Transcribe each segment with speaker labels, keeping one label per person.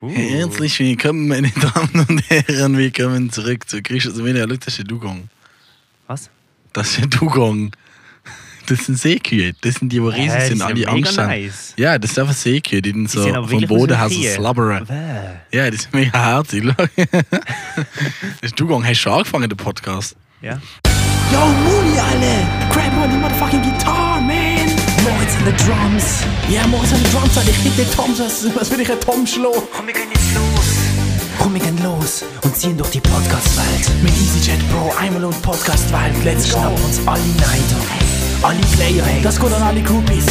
Speaker 1: Uh.
Speaker 2: Herzlich willkommen, meine Damen und Herren. Willkommen zurück zu Christus Media. Schau, das ist ein Dugong.
Speaker 1: Was?
Speaker 2: Das ist ein Dugong. Das sind Seekühe. Das sind die, die riesig
Speaker 1: Hä, die
Speaker 2: sind,
Speaker 1: sind
Speaker 2: alle
Speaker 1: ja
Speaker 2: Angst
Speaker 1: mega
Speaker 2: haben.
Speaker 1: nice.
Speaker 2: Ja, das sind einfach Seekühe, die dann so
Speaker 1: sehen aber
Speaker 2: vom
Speaker 1: wirklich aus
Speaker 2: Boden
Speaker 1: wie
Speaker 2: her so
Speaker 1: Kühe.
Speaker 2: slubbern.
Speaker 1: Bäh.
Speaker 2: Ja, das ist mega herzig. schau. das ist Dugong. Hast du schon angefangen, den Podcast?
Speaker 1: Ja.
Speaker 3: Yo, Mooney, alle! Grab on the motherfucking guitar, man! Moritz an the drums! Ja, Moritz an the drums, Alter, ich krieg den Tom, was, was will ich den Tom schlagen? Komm, wir gehen jetzt los! Komm, wir gehen los und ziehen durch die Podcast-Welt. Mit EasyJet Pro, einmal und Podcast-Welt, let's go! Schnappen uns alle Neider, alle Player, hey, das geht an alle Groupies!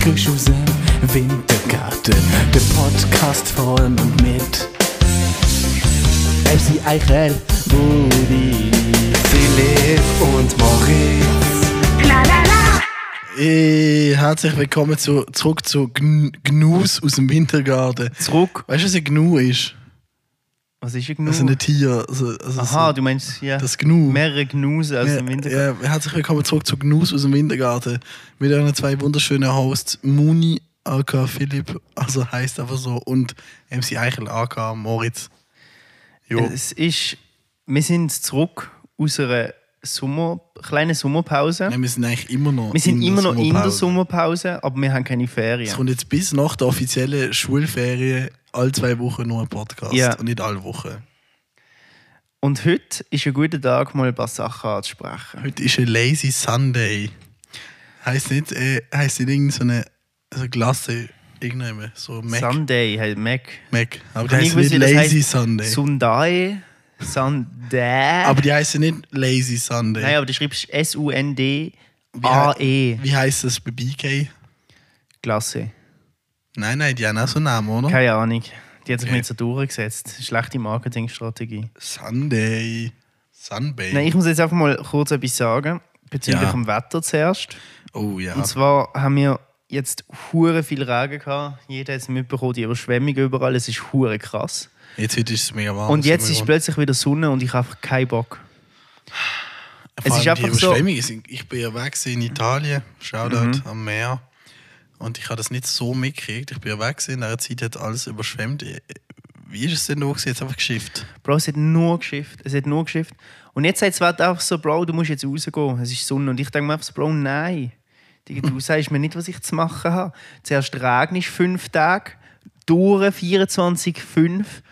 Speaker 3: Grüß aus dem Wintergarten, der Podcast von und mit MC Eichel, Moody, Philipp und Moritz.
Speaker 2: Hey, Äh, herzlich willkommen zu, zurück zu Gn Gnus aus dem Wintergarten.
Speaker 1: Zurück.
Speaker 2: Weißt du, was ein Gnu ist?
Speaker 1: Was ist ein Gnu?
Speaker 2: Das sind ein Tier. Also, also
Speaker 1: Aha,
Speaker 2: so-
Speaker 1: du meinst ja.
Speaker 2: das Gnu.
Speaker 1: Mehrere Gnuse aus
Speaker 2: Ja,
Speaker 1: dem Winter.
Speaker 2: ja, herzlich willkommen zurück zu Gnus aus dem Wintergarten mit euren zwei wunderschönen Hosts Muni aka Philipp, also heißt einfach so, und MC Eichel aka Moritz. Jo.
Speaker 1: Es ist. Wir sind zurück aus einer Sommer, kleinen Sommerpause.
Speaker 2: Nein, wir sind eigentlich immer noch
Speaker 1: wir sind
Speaker 2: in
Speaker 1: immer noch in der
Speaker 2: Sommerpause.
Speaker 1: Sommerpause, aber wir haben keine
Speaker 2: Es
Speaker 1: Ferien.
Speaker 2: kommt jetzt bis nach der offiziellen Schulferien alle zwei Wochen nur ein Podcast
Speaker 1: Ja.
Speaker 2: und nicht alle Woche.
Speaker 1: Und heute ist ein guter Tag, mal ein paar Sachen anzusprechen.
Speaker 2: Heute ist ein Lazy Sunday. Heißt nicht, äh, heißt nicht irgendeine so eine so Glasse, irgendjemand, so Mac.
Speaker 1: Sunday, halt Mac.
Speaker 2: Mac. Aber die
Speaker 1: Hab ich
Speaker 2: heißen nicht
Speaker 1: gewusst, wie das
Speaker 2: Lazy
Speaker 1: heisst.
Speaker 2: Sunday.
Speaker 1: Sunday. Sunday.
Speaker 2: Aber die heißen nicht Lazy Sunday.
Speaker 1: Nein, aber du schreibst
Speaker 2: Wie hei-
Speaker 1: S-U-N-D-A-E.
Speaker 2: Wie heißt das bei BK?
Speaker 1: E. Klasse.
Speaker 2: Nein, nein, die haben auch so einen Namen, oder?
Speaker 1: Keine Ahnung. Die hat sich
Speaker 2: Oh. Okay.
Speaker 1: nicht so durchgesetzt. Schlechte Marketingstrategie.
Speaker 2: Sunday. Sunday.
Speaker 1: Nein, ich muss jetzt einfach mal kurz etwas sagen bezüglich
Speaker 2: Ja.
Speaker 1: dem Wetter zuerst.
Speaker 2: oh ja.
Speaker 1: Und zwar haben wir jetzt hure viel Regen gehabt. Jeder hat es mitbekommen, die Überschwemmung überall. Es ist hure krass.
Speaker 2: Jetzt heute Ah, ist es mega warm.
Speaker 1: Und jetzt ist
Speaker 2: Vor allem
Speaker 1: plötzlich wieder Sonne und ich habe einfach keinen Bock. es ist
Speaker 2: die
Speaker 1: einfach so- Mhm.
Speaker 2: Überschwemmung ist- Ich bin ja weg gewesen in Italien, Shoutout am Meer. Und ich habe das nicht so mitgekriegt. Ich bin ja weg gewesen, in dieser Zeit hat alles überschwemmt. Äh, Wie ist es denn noch? gewesen? Jetzt einfach geschifft.
Speaker 1: Bro, es hat nur geschifft. Es hat nur geschifft. Und jetzt sagt das Wetter einfach so, Bro, du musst jetzt rausgehen. Es ist Sonne. Und ich denke mir einfach so, Bro, nein. Digga, du sagst mir nicht, was ich zu machen habe. Zuerst regnest fünf Tage, durch 24, 5.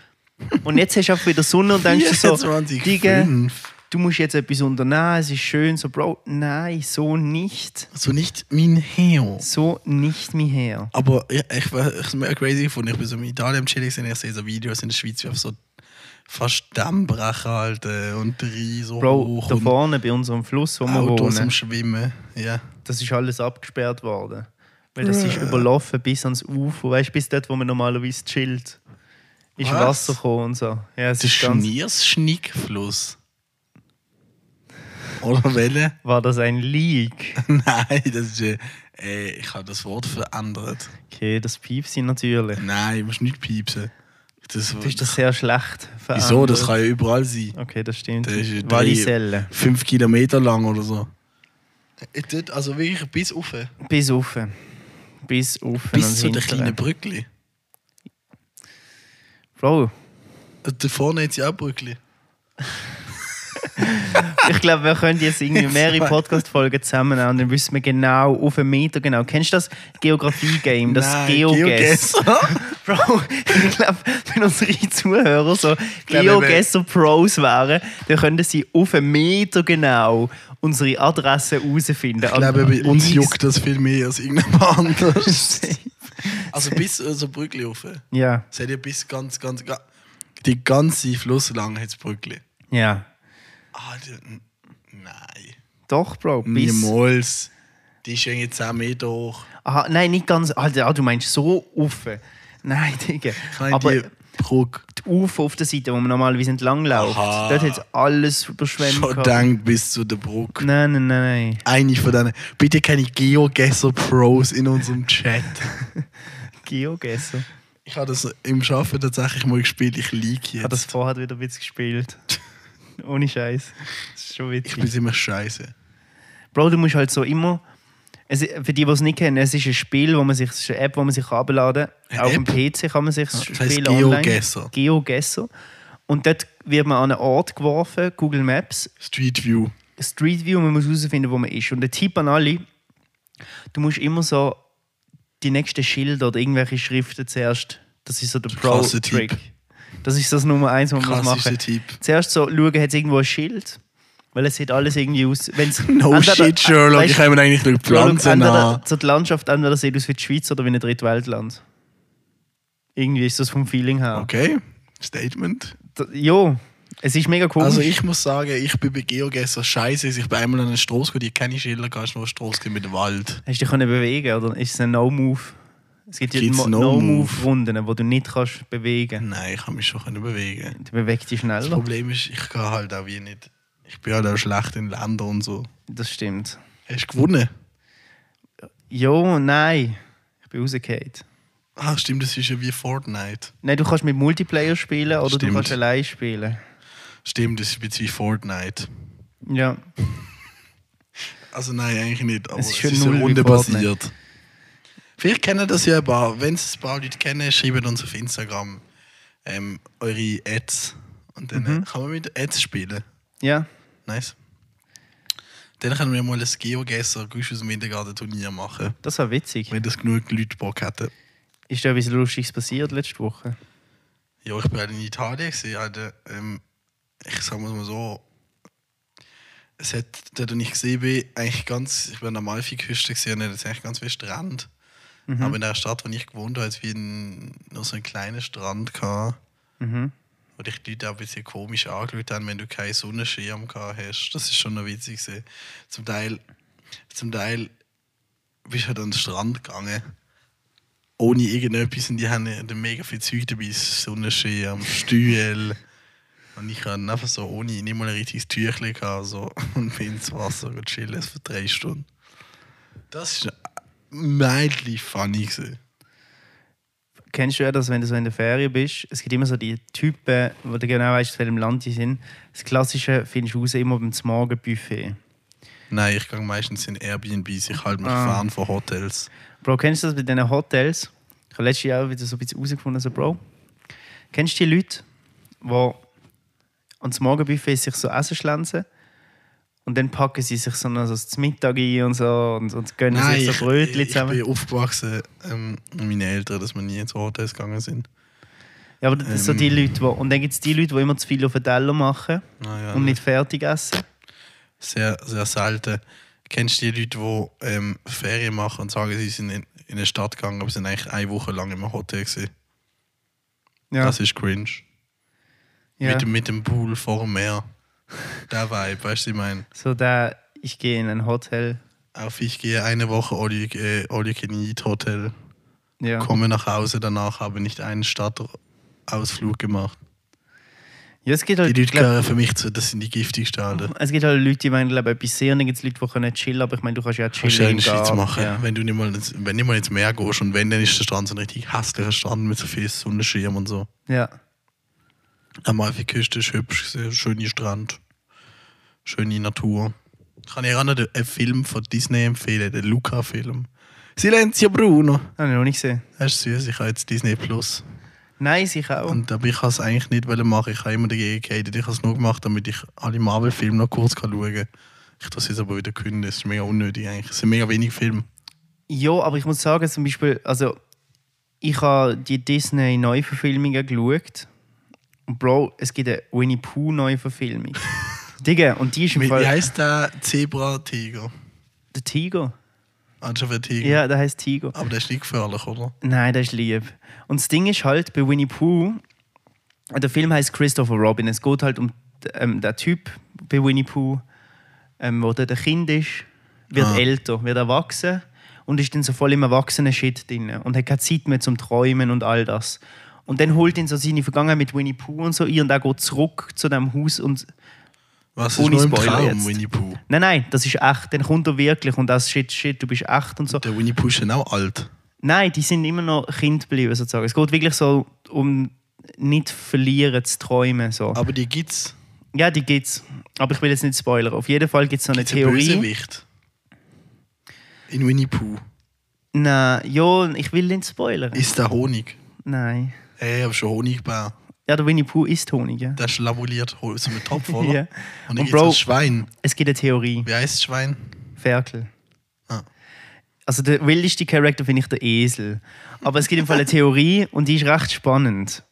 Speaker 1: Und jetzt hast du einfach wieder Sonne und denkst dir so,
Speaker 2: 24,
Speaker 1: Digga,
Speaker 2: fünf.
Speaker 1: du musst jetzt etwas unternehmen, es ist schön. So, Bro, nein, so nicht.
Speaker 2: So Also nicht mein Heo.
Speaker 1: So nicht mehr her.
Speaker 2: Aber ja, ich war ich mega crazy gefunden. Ich bin so in Italien am Chillen gewesen, ich sehe so Videos in der Schweiz, wie auf so fast Dammbrecher Alter, äh, und drei so
Speaker 1: Bro,
Speaker 2: hoch
Speaker 1: da
Speaker 2: und
Speaker 1: vorne bei unserem Fluss, wo wir
Speaker 2: Oh, Autos
Speaker 1: wohnen.
Speaker 2: am Schwimmen. Ja.
Speaker 1: das ist alles abgesperrt worden. Weil das ist überlaufen bis ans Ufer, weißt du, bis dort, wo man normalerweise chillt. Ist
Speaker 2: Was?
Speaker 1: Wasser gekommen und so. Ja, es
Speaker 2: Das ist
Speaker 1: ist ganz,
Speaker 2: Schneerschnickfluss. Oder Welle?
Speaker 1: war das ein Leak?
Speaker 2: Nein, das ist. äh, Äh, ich habe das Wort verändert.
Speaker 1: Okay, das piepst sie natürlich.
Speaker 2: Nein, ich muss nicht piepsen. Das,
Speaker 1: Das ist das sehr schlecht verändert.
Speaker 2: Wieso? Das kann ja überall sein.
Speaker 1: Okay, das stimmt.
Speaker 2: Das ist ja drei-
Speaker 1: Walliselle.
Speaker 2: Fünf Kilometer lang oder so. Äh, dort, Also wirklich bis auf.
Speaker 1: Bis auf. Bis auf.
Speaker 2: Bis zu der kleinen Brückli.
Speaker 1: Bro,
Speaker 2: Da vorne hat sie auch Brückli.
Speaker 1: ich glaube, wir können jetzt irgendwie mehrere Podcast-Folgen zusammen und dann wissen wir genau, auf einen Meter genau. Kennst du das Geografie-Game, das
Speaker 2: Nein,
Speaker 1: Geoguess? Bro, ich glaube, wenn unsere Zuhörer so
Speaker 2: glaub, wenn wir-
Speaker 1: Geogesser Pros wären, dann könnten sie auf einen Meter genau unsere Adresse herausfinden.
Speaker 2: Ich glaube, bei uns juckt das viel mehr als irgendjemand anderes. also bis also Brückli rauf.
Speaker 1: Ja,
Speaker 2: Es hat ja bis ganz, ganz, ga- die ganze Fluss lang hat es Brückli.
Speaker 1: ja.
Speaker 2: Ah, die, n- nein.
Speaker 1: Doch, Bro. Bis,
Speaker 2: Niemals. Die ist irgendwie 10 Meter hoch.
Speaker 1: aha, nein, nicht ganz. Alter, ah, du meinst so offen. Nein, Digga.
Speaker 2: Ich meine,
Speaker 1: Aber
Speaker 2: die
Speaker 1: die
Speaker 2: Brücke
Speaker 1: Ufer auf der Seite, wo man normalerweise entlang läuft,
Speaker 2: Aha.
Speaker 1: dort hat alles überschwemmt.
Speaker 2: schon
Speaker 1: gehabt.
Speaker 2: denkt bis zu der Brücke.
Speaker 1: Nein, nein, nein, nein.
Speaker 2: Eine von denen. Bitte keine Geogesser-Pros in unserem Chat.
Speaker 1: Geogesser.
Speaker 2: Ich habe das im Schaffen tatsächlich mal gespielt. Ich liege
Speaker 1: Ich habe das
Speaker 2: jetzt.
Speaker 1: vorher wieder ein bisschen gespielt. Ohne Scheiß. Das ist schon
Speaker 2: Ich
Speaker 1: witzig.
Speaker 2: bin immer scheiße.
Speaker 1: Bro, du musst halt so immer Es, für die, die es nicht kennen, es ist ein Spiel, wo man sich, es ist eine App, wo man sich abladen kann.
Speaker 2: Eine
Speaker 1: Auch am PC kann man sich das
Speaker 2: Ja, das heisst
Speaker 1: spielen
Speaker 2: GeoGuessr.
Speaker 1: online. GeoGuessr. Und dort wird man an einen Ort geworfen, Google Maps,
Speaker 2: Street View.
Speaker 1: Street View und man muss herausfinden, wo man ist. Und der Tipp an alle, du musst immer so die nächsten Schilder oder irgendwelche Schriften zuerst, das ist so der
Speaker 2: Krasser
Speaker 1: Pro-Trick.
Speaker 2: Tipp.
Speaker 1: Das ist das Nummer eins, was man machen
Speaker 2: Klassischer
Speaker 1: muss.
Speaker 2: Typ.
Speaker 1: Zuerst so schauen, hat es irgendwo ein Schild? Weil es sieht alles irgendwie aus. Wenn's
Speaker 2: No shit, Sherlock. Ich habe mir eigentlich nur die Pflanzen an.
Speaker 1: entweder, so die Landschaft entweder sieht aus wie die Schweiz oder wie ein Drittweltland. Irgendwie ist das vom Feeling her.
Speaker 2: Okay, Statement.
Speaker 1: D- Jo, es ist mega cool.
Speaker 2: Also ich muss sagen, ich bin bei Geogesser scheiße. Ich bin einmal an eine Straße gegangen, die keine Schilder, kannst nur eine Straße gehen mit dem Wald.
Speaker 1: Hast du dich können bewegen oder ist es ein No-Move? Es gibt ja
Speaker 2: Gibt's
Speaker 1: Mo-
Speaker 2: No-Move?
Speaker 1: No-Move-Runden, wo du nicht kannst bewegen
Speaker 2: Nein, ich kann mich schon können bewegen.
Speaker 1: Du bewegst dich
Speaker 2: Das
Speaker 1: schneller.
Speaker 2: Problem ist, ich kann halt auch wie nicht. Ich bin halt auch schlecht in Ländern und so.
Speaker 1: Das stimmt.
Speaker 2: Hast du gewonnen?
Speaker 1: Jo, nein. Ich bin rausgefallen.
Speaker 2: Ah, stimmt, das ist ja wie Fortnite.
Speaker 1: Nein, du kannst mit Multiplayer spielen oder
Speaker 2: Stimmt.
Speaker 1: du kannst allein spielen.
Speaker 2: Stimmt, das ist ein bisschen wie Fortnite.
Speaker 1: Ja.
Speaker 2: Also nein, eigentlich nicht. Aber
Speaker 1: Es
Speaker 2: es
Speaker 1: ist
Speaker 2: ist,
Speaker 1: schon
Speaker 2: so
Speaker 1: null wie
Speaker 2: rundenbasiert. Vielleicht kennen das ja ein paar. Wenn es ein paar Leute kennen, schreibt uns auf Instagram ähm, eure Ads. Und dann
Speaker 1: Mhm.
Speaker 2: äh, kann man mit Ads spielen.
Speaker 1: Ja.
Speaker 2: Nice. Dann können wir mal ein Geogesser Gusch aus dem Wintergarten Turnier machen.
Speaker 1: Das war witzig.
Speaker 2: Wenn das genug Leute Bock hätten.
Speaker 1: Ist da etwas Lustiges passiert letzte Woche?
Speaker 2: Ja, ich bin halt in Italien. Gewesen, Alter. ähm, ich sag mal's mal so. Es hat, dort, wo ich gesehen bin, eigentlich ganz, ich bin an der Malfi-Küste gesehen und es eigentlich ganz viel Strand. Aber in der Stadt, wo ich gewohnt habe, hat's wie ein, nur so einen kleinen Strand gehabt.
Speaker 1: Mhm.
Speaker 2: Wo dich die Leute auch ein bisschen komisch angeschaut haben, wenn du keinen Sonnenschirm gehabt hast. Das ist schon noch witzig. Gewesen. Zum Teil, zum Teil bist du halt an den Strand gegangen ohne irgendetwas und die haben dann mega viel Zeug dabei, Sonnenschirm, Stühl. Und ich habe einfach so ohne, nicht mal ein richtiges Tüchlein gehabt, so, und bin ins Wasser und chillen für drei Stunden. Das war mildly funny. Gewesen.
Speaker 1: Kennst du ja das, wenn du so in der Ferien bist? Es gibt immer so die Typen, wo du genau weißt, aus welchem Land die sind. Das Klassische findest du raus immer beim Morgenbuffet.
Speaker 2: Nein, ich gehe meistens in Airbnbs, ich halte mich
Speaker 1: Ah.
Speaker 2: fern von Hotels.
Speaker 1: Bro, kennst du das mit diesen Hotels? Ich habe letztes Jahr auch wieder so ein bisschen herausgefunden, so Bro. Kennst du die Leute, die ans Morgenbuffet sich so Essen schlänzen und dann packen sie sich so noch so zum Mittag ein und so und, und gönnen
Speaker 2: Nein,
Speaker 1: sich
Speaker 2: ich,
Speaker 1: so Brötchen
Speaker 2: ich
Speaker 1: zusammen?
Speaker 2: bin aufgewachsen ähm, mit meinen Eltern, dass wir nie zu Hotels gegangen sind.
Speaker 1: ja, aber das sind so die
Speaker 2: Mm.
Speaker 1: Leute, die, und dann gibt es die Leute, die immer zu viel auf den Teller machen
Speaker 2: Ah, ja,
Speaker 1: und nicht fertig essen.
Speaker 2: sehr, sehr selten. Kennst du die Leute, die ähm, Ferien machen und sagen, sie sind in, in eine Stadt gegangen, aber sind eigentlich eine Woche lang im Hotel gewesen?
Speaker 1: Ja,
Speaker 2: Das ist cringe.
Speaker 1: ja.
Speaker 2: Mit, dem- mit dem Pool vor dem Meer. Der Vibe, weißt du, ich meine,
Speaker 1: so der, ich gehe in ein Hotel.
Speaker 2: auf ich gehe eine Woche all you, äh, all you can eat Hotel,
Speaker 1: Ja.
Speaker 2: komme nach Hause danach, habe nicht einen Stadtausflug gemacht.
Speaker 1: Ja, es gibt
Speaker 2: Die
Speaker 1: halt,
Speaker 2: Leute
Speaker 1: glaub-
Speaker 2: gehören für mich zu, das sind die giftigsten. Alter.
Speaker 1: Es gibt halt Leute, die wollen glaube ich, etwas sehen und dann gibt es Leute, die können chillen, aber ich meine, du kannst ja auch chillen.
Speaker 2: Kannst du ja in
Speaker 1: im
Speaker 2: der Schweiz
Speaker 1: Garten,
Speaker 2: machen,
Speaker 1: ja.
Speaker 2: wenn du nicht mal, ins- wenn nicht mal ins Meer gehst und wenn, dann ist der Strand so ein richtig hässlicher Strand mit so viel Sonnenschirm und so.
Speaker 1: Ja.
Speaker 2: Amalfi-Küste ist hübsch, gewesen, schöne Strand, schöne Natur. Kann ich auch noch den- einen Film von Disney empfehlen, den Luca-Film. Silenzio Bruno.
Speaker 1: Habe ich noch nicht gesehen.
Speaker 2: Das ist süß, ich habe jetzt Disney Plus.
Speaker 1: Nein, sicher auch.
Speaker 2: Und aber ich habe es eigentlich nicht wollen machen, ich habe immer dagegen gehatet. Ich habe es nur gemacht, damit ich alle Marvel-Filme noch kurz kann schauen kann. Ich das jetzt aber wieder künden, das ist mega unnötig eigentlich. Es sind mega wenig Filme.
Speaker 1: Ja, aber ich muss sagen, zum Beispiel, also ich habe die Disney-Neuverfilmungen geschaut. Und Bro, es gibt eine Winnie Pooh-Neuverfilmung. Digga, und die ist im
Speaker 2: Wie, wie
Speaker 1: Fall
Speaker 2: heißt der Zebra-Tiger?
Speaker 1: der Tiger.
Speaker 2: Anstatt ein Tiger.
Speaker 1: Ja, der heißt Tiger.
Speaker 2: Aber der ist nicht gefährlich, oder?
Speaker 1: Nein, das ist lieb. Und das Ding ist halt bei Winnie Pooh, der Film heißt Christopher Robin. Es geht halt um ähm, den Typ bei Winnie Pooh, ähm, wo der ein Kind ist, wird
Speaker 2: Ah.
Speaker 1: älter, wird erwachsen und ist dann so voll im erwachsenen Shit drin und hat keine Zeit mehr zum Träumen und all das. Und dann holt ihn so seine Vergangenheit mit Winnie Pooh und so ihr und er geht zurück zu dem Haus und
Speaker 2: Was ist
Speaker 1: Ohne
Speaker 2: nur im
Speaker 1: Spoiler
Speaker 2: Traum,
Speaker 1: jetzt.
Speaker 2: Winnie Pooh?
Speaker 1: nein, nein, das ist echt, dann kommt er wirklich und das Shit, Shit, du bist echt und so.
Speaker 2: Der Winnie Pooh ist dann auch alt.
Speaker 1: Nein, die sind immer noch Kind geblieben, sozusagen. Es geht wirklich so um nicht verlieren zu träumen. So.
Speaker 2: Aber die gibt's.
Speaker 1: Ja, die gibt's. Aber ich will jetzt nicht spoilern. Auf jeden Fall gibt es so eine
Speaker 2: Theorie.
Speaker 1: Theorie.
Speaker 2: Bösewicht. In Winnie Pooh.
Speaker 1: Nein, ja, ich will nicht spoilern.
Speaker 2: Ist da Honig?
Speaker 1: Nein.
Speaker 2: Hey, aber schon Honigbär.
Speaker 1: Ja, der Winnie Pooh isst Honig, ja.
Speaker 2: Der ist labuliert Ho- so mit Topf, oder?
Speaker 1: Ja.
Speaker 2: Und dann
Speaker 1: Und
Speaker 2: gibt es
Speaker 1: Bro-
Speaker 2: ein Schwein.
Speaker 1: Es gibt eine Theorie.
Speaker 2: Wie heißt das Schwein?
Speaker 1: Ferkel.
Speaker 2: Ah.
Speaker 1: Also der wildeste Charakter finde ich der Esel. Aber es gibt im Fall eine Theorie und die ist recht spannend.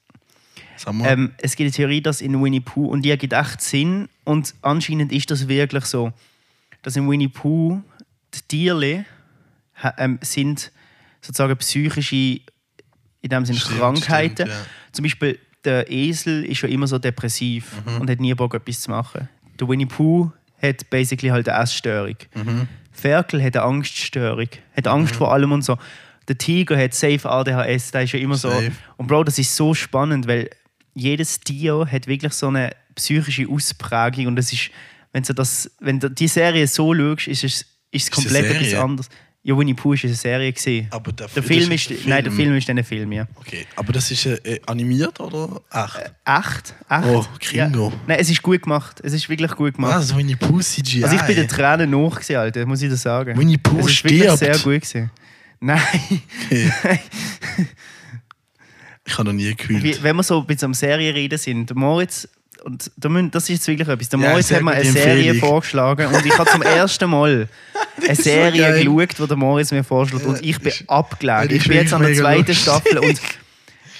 Speaker 2: Sag mal.
Speaker 1: Ähm, es gibt eine Theorie, dass in Winnie Pooh, und die ergibt echt Sinn, und anscheinend ist das wirklich so, dass in Winnie Pooh die Tiere ha- ähm, sind sozusagen psychische, in dem Sinne
Speaker 2: Stimmt,
Speaker 1: Krankheiten.
Speaker 2: stimmt, ja.
Speaker 1: Zum Beispiel der Esel ist ja immer so depressiv
Speaker 2: Mhm.
Speaker 1: und hat nie Bock, etwas zu machen. Der Winnie Pooh hat basically halt eine Essstörung.
Speaker 2: Mhm.
Speaker 1: Ferkel hat eine Angststörung, hat Angst vor allem und so. Der Tiger hat safe ADHS, der ist ja immer so.
Speaker 2: Safe.
Speaker 1: Und Bro, das ist so spannend, weil jedes Tier hat wirklich so eine psychische Ausprägung und das ist, wenn du das, wenn du die Serie so schaust, ist es, ist es
Speaker 2: eine
Speaker 1: komplett etwas
Speaker 2: Serie?
Speaker 1: anderes. Ja, Winnie Pooh ist eine Serie gewesen.
Speaker 2: Aber der
Speaker 1: der
Speaker 2: Film
Speaker 1: Film
Speaker 2: ist
Speaker 1: ist,
Speaker 2: ein
Speaker 1: nein, der
Speaker 2: Film.
Speaker 1: Film ist dann ein Film, ja.
Speaker 2: Okay, aber das ist äh, äh, animiert oder? Ach,
Speaker 1: Äh, Acht, acht.
Speaker 2: Oh, Gringo.
Speaker 1: Ja. Nein, es ist gut gemacht. Es ist wirklich gut gemacht.
Speaker 2: was? Winnie Pooh CGI?
Speaker 1: Also ich bin der Tränen nach, gewesen, Alter, muss ich das sagen.
Speaker 2: Winnie Pooh
Speaker 1: Es ist wirklich
Speaker 2: stirbt.
Speaker 1: sehr gut gewesen. Nein.
Speaker 2: Okay. ich habe noch nie gekühlt.
Speaker 1: wie, wenn wir so ein bisschen am Serien reden sind, der Moritz, und da müssen, das ist jetzt wirklich etwas, der
Speaker 2: Ja,
Speaker 1: Moritz
Speaker 2: sehr
Speaker 1: hat mir eine
Speaker 2: gute
Speaker 1: Serie
Speaker 2: Empfehlung.
Speaker 1: vorgeschlagen und ich habe zum ersten Mal eine
Speaker 2: ist so
Speaker 1: Serie
Speaker 2: geil.
Speaker 1: geschaut, die der Moritz mir vorschlägt und ich bin
Speaker 2: ist-
Speaker 1: abgelegen.
Speaker 2: die ist
Speaker 1: Ich bin jetzt an der
Speaker 2: wirklich
Speaker 1: zweiten
Speaker 2: mega
Speaker 1: Staffel und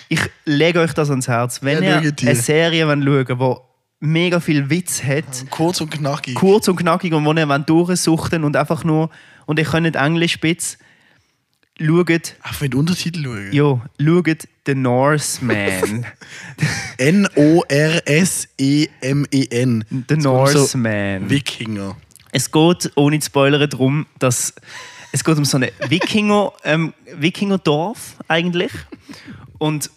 Speaker 1: ich lege euch das ans Herz. Wenn
Speaker 2: Ja,
Speaker 1: ihr
Speaker 2: schaut die.
Speaker 1: eine Serie wollt schauen wollt, die mega viel Witz hat,
Speaker 2: Kurz und knackig.
Speaker 1: kurz und knackig und wo ihr wollt durchsuchten und einfach nur, und ihr könnt Englisch spitz, schaut,
Speaker 2: Ach, mit Untertitel schauen.
Speaker 1: jo, schaut The Norseman.
Speaker 2: E N-O-R-S-E-M-E-N.
Speaker 1: The
Speaker 2: Es geht um so
Speaker 1: Norseman.
Speaker 2: Wikinger.
Speaker 1: Es geht, ohne zu spoilern, darum, dass es geht um so ein Wikinger, ähm, Wikingerdorf eigentlich. Und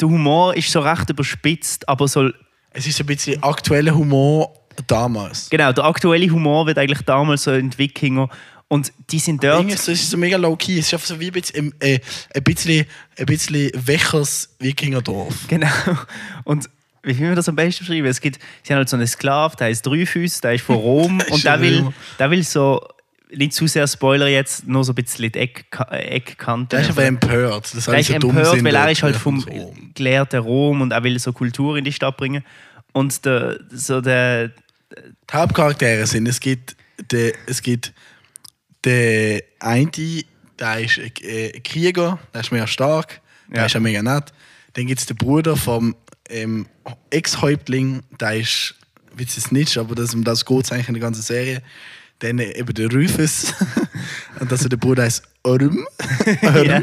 Speaker 1: der Humor ist so recht überspitzt, aber soll
Speaker 2: Es ist ein bisschen aktueller Humor damals.
Speaker 1: genau der aktuelle Humor wird eigentlich damals so in die Wikinger und die sind
Speaker 2: Ja.
Speaker 1: dort.
Speaker 2: Es ist so mega low-key. Es ist einfach so wie ein bisschen, äh, ein bisschen, ein bisschen wächers Wikingerdorf.
Speaker 1: Genau. Und wie will man das am besten beschreiben? Es gibt, sie haben halt so einen Sklav, der ist Dreifüß, der ist von Rom
Speaker 2: Der ist
Speaker 1: und der
Speaker 2: von
Speaker 1: will,
Speaker 2: Rom.
Speaker 1: der will so, nicht zu sehr Spoiler jetzt, nur so ein bisschen die Eck, Eckkante.
Speaker 2: Der ist aber empört. Das
Speaker 1: Er
Speaker 2: ist
Speaker 1: ist
Speaker 2: so dumm
Speaker 1: empört,
Speaker 2: sind
Speaker 1: weil er
Speaker 2: dort,
Speaker 1: ist halt
Speaker 2: ne,
Speaker 1: vom
Speaker 2: so.
Speaker 1: gelehrten Rom und er will so Kultur in die Stadt bringen. Und der, so der,
Speaker 2: die Hauptcharaktere sind, es gibt den, es gibt den einen, der ist ein äh, ein Krieger, der ist mega stark, der
Speaker 1: Ja.
Speaker 2: ist auch mega nett. Dann gibt es den Bruder vom ähm, Ex-Häuptling, der ist, weiß es nicht, aber das, um das geht es eigentlich in der ganzen Serie. Dann äh, eben der Rufus, und das ist der Bruder heißt Orm. Orm.
Speaker 1: Ja.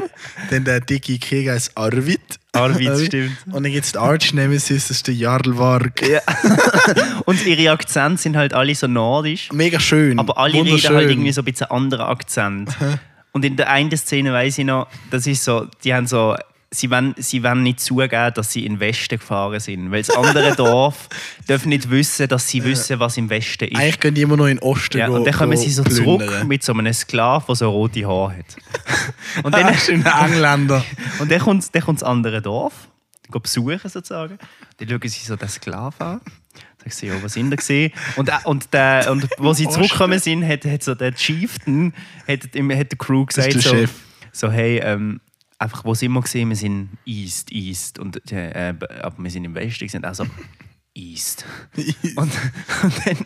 Speaker 2: Dann der dicke Krieger heißt Arvid.
Speaker 1: Arvid, stimmt.
Speaker 2: Und dann gibt es den Arch-Nemesis, das ist der Jarlvarg.
Speaker 1: und ihre Akzente sind halt alle so nordisch,
Speaker 2: Mega schön.
Speaker 1: aber alle reden
Speaker 2: wunderschön.
Speaker 1: halt irgendwie so ein bisschen anderen Akzent. Und in der einen Szene weiß ich noch, das ist so, die haben so, sie wollen, sie wollen nicht zugeben, dass sie in den Westen gefahren sind, weil das andere Dorf darf nicht wissen, dass sie wissen, was im Westen ist.
Speaker 2: Eigentlich gehen die immer noch in den Osten
Speaker 1: Ja,
Speaker 2: go,
Speaker 1: und dann kommen sie so
Speaker 2: plündern.
Speaker 1: zurück mit so einem Sklav, der so rote Haare hat. Und dann,
Speaker 2: Ah, schön, Engländer.
Speaker 1: Und dann kommt, dann kommt das andere Dorf, geht besuchen sozusagen. Dann schauen sie so den Sklaven an. Sagen sie, ja, was sind da gesehen? Und, äh, und, der, und wo sie
Speaker 2: Osten.
Speaker 1: zurückgekommen sind, hat, hat so der Chieftain, hat, ihm- hat der Crew gesagt,
Speaker 2: der
Speaker 1: so,
Speaker 2: Chef.
Speaker 1: so, hey, ähm, einfach, wo sind wir gesehen? Wir sind East, East. Und, äh, äh, aber wir sind im Westen, gewesen. also East. Und, und dann,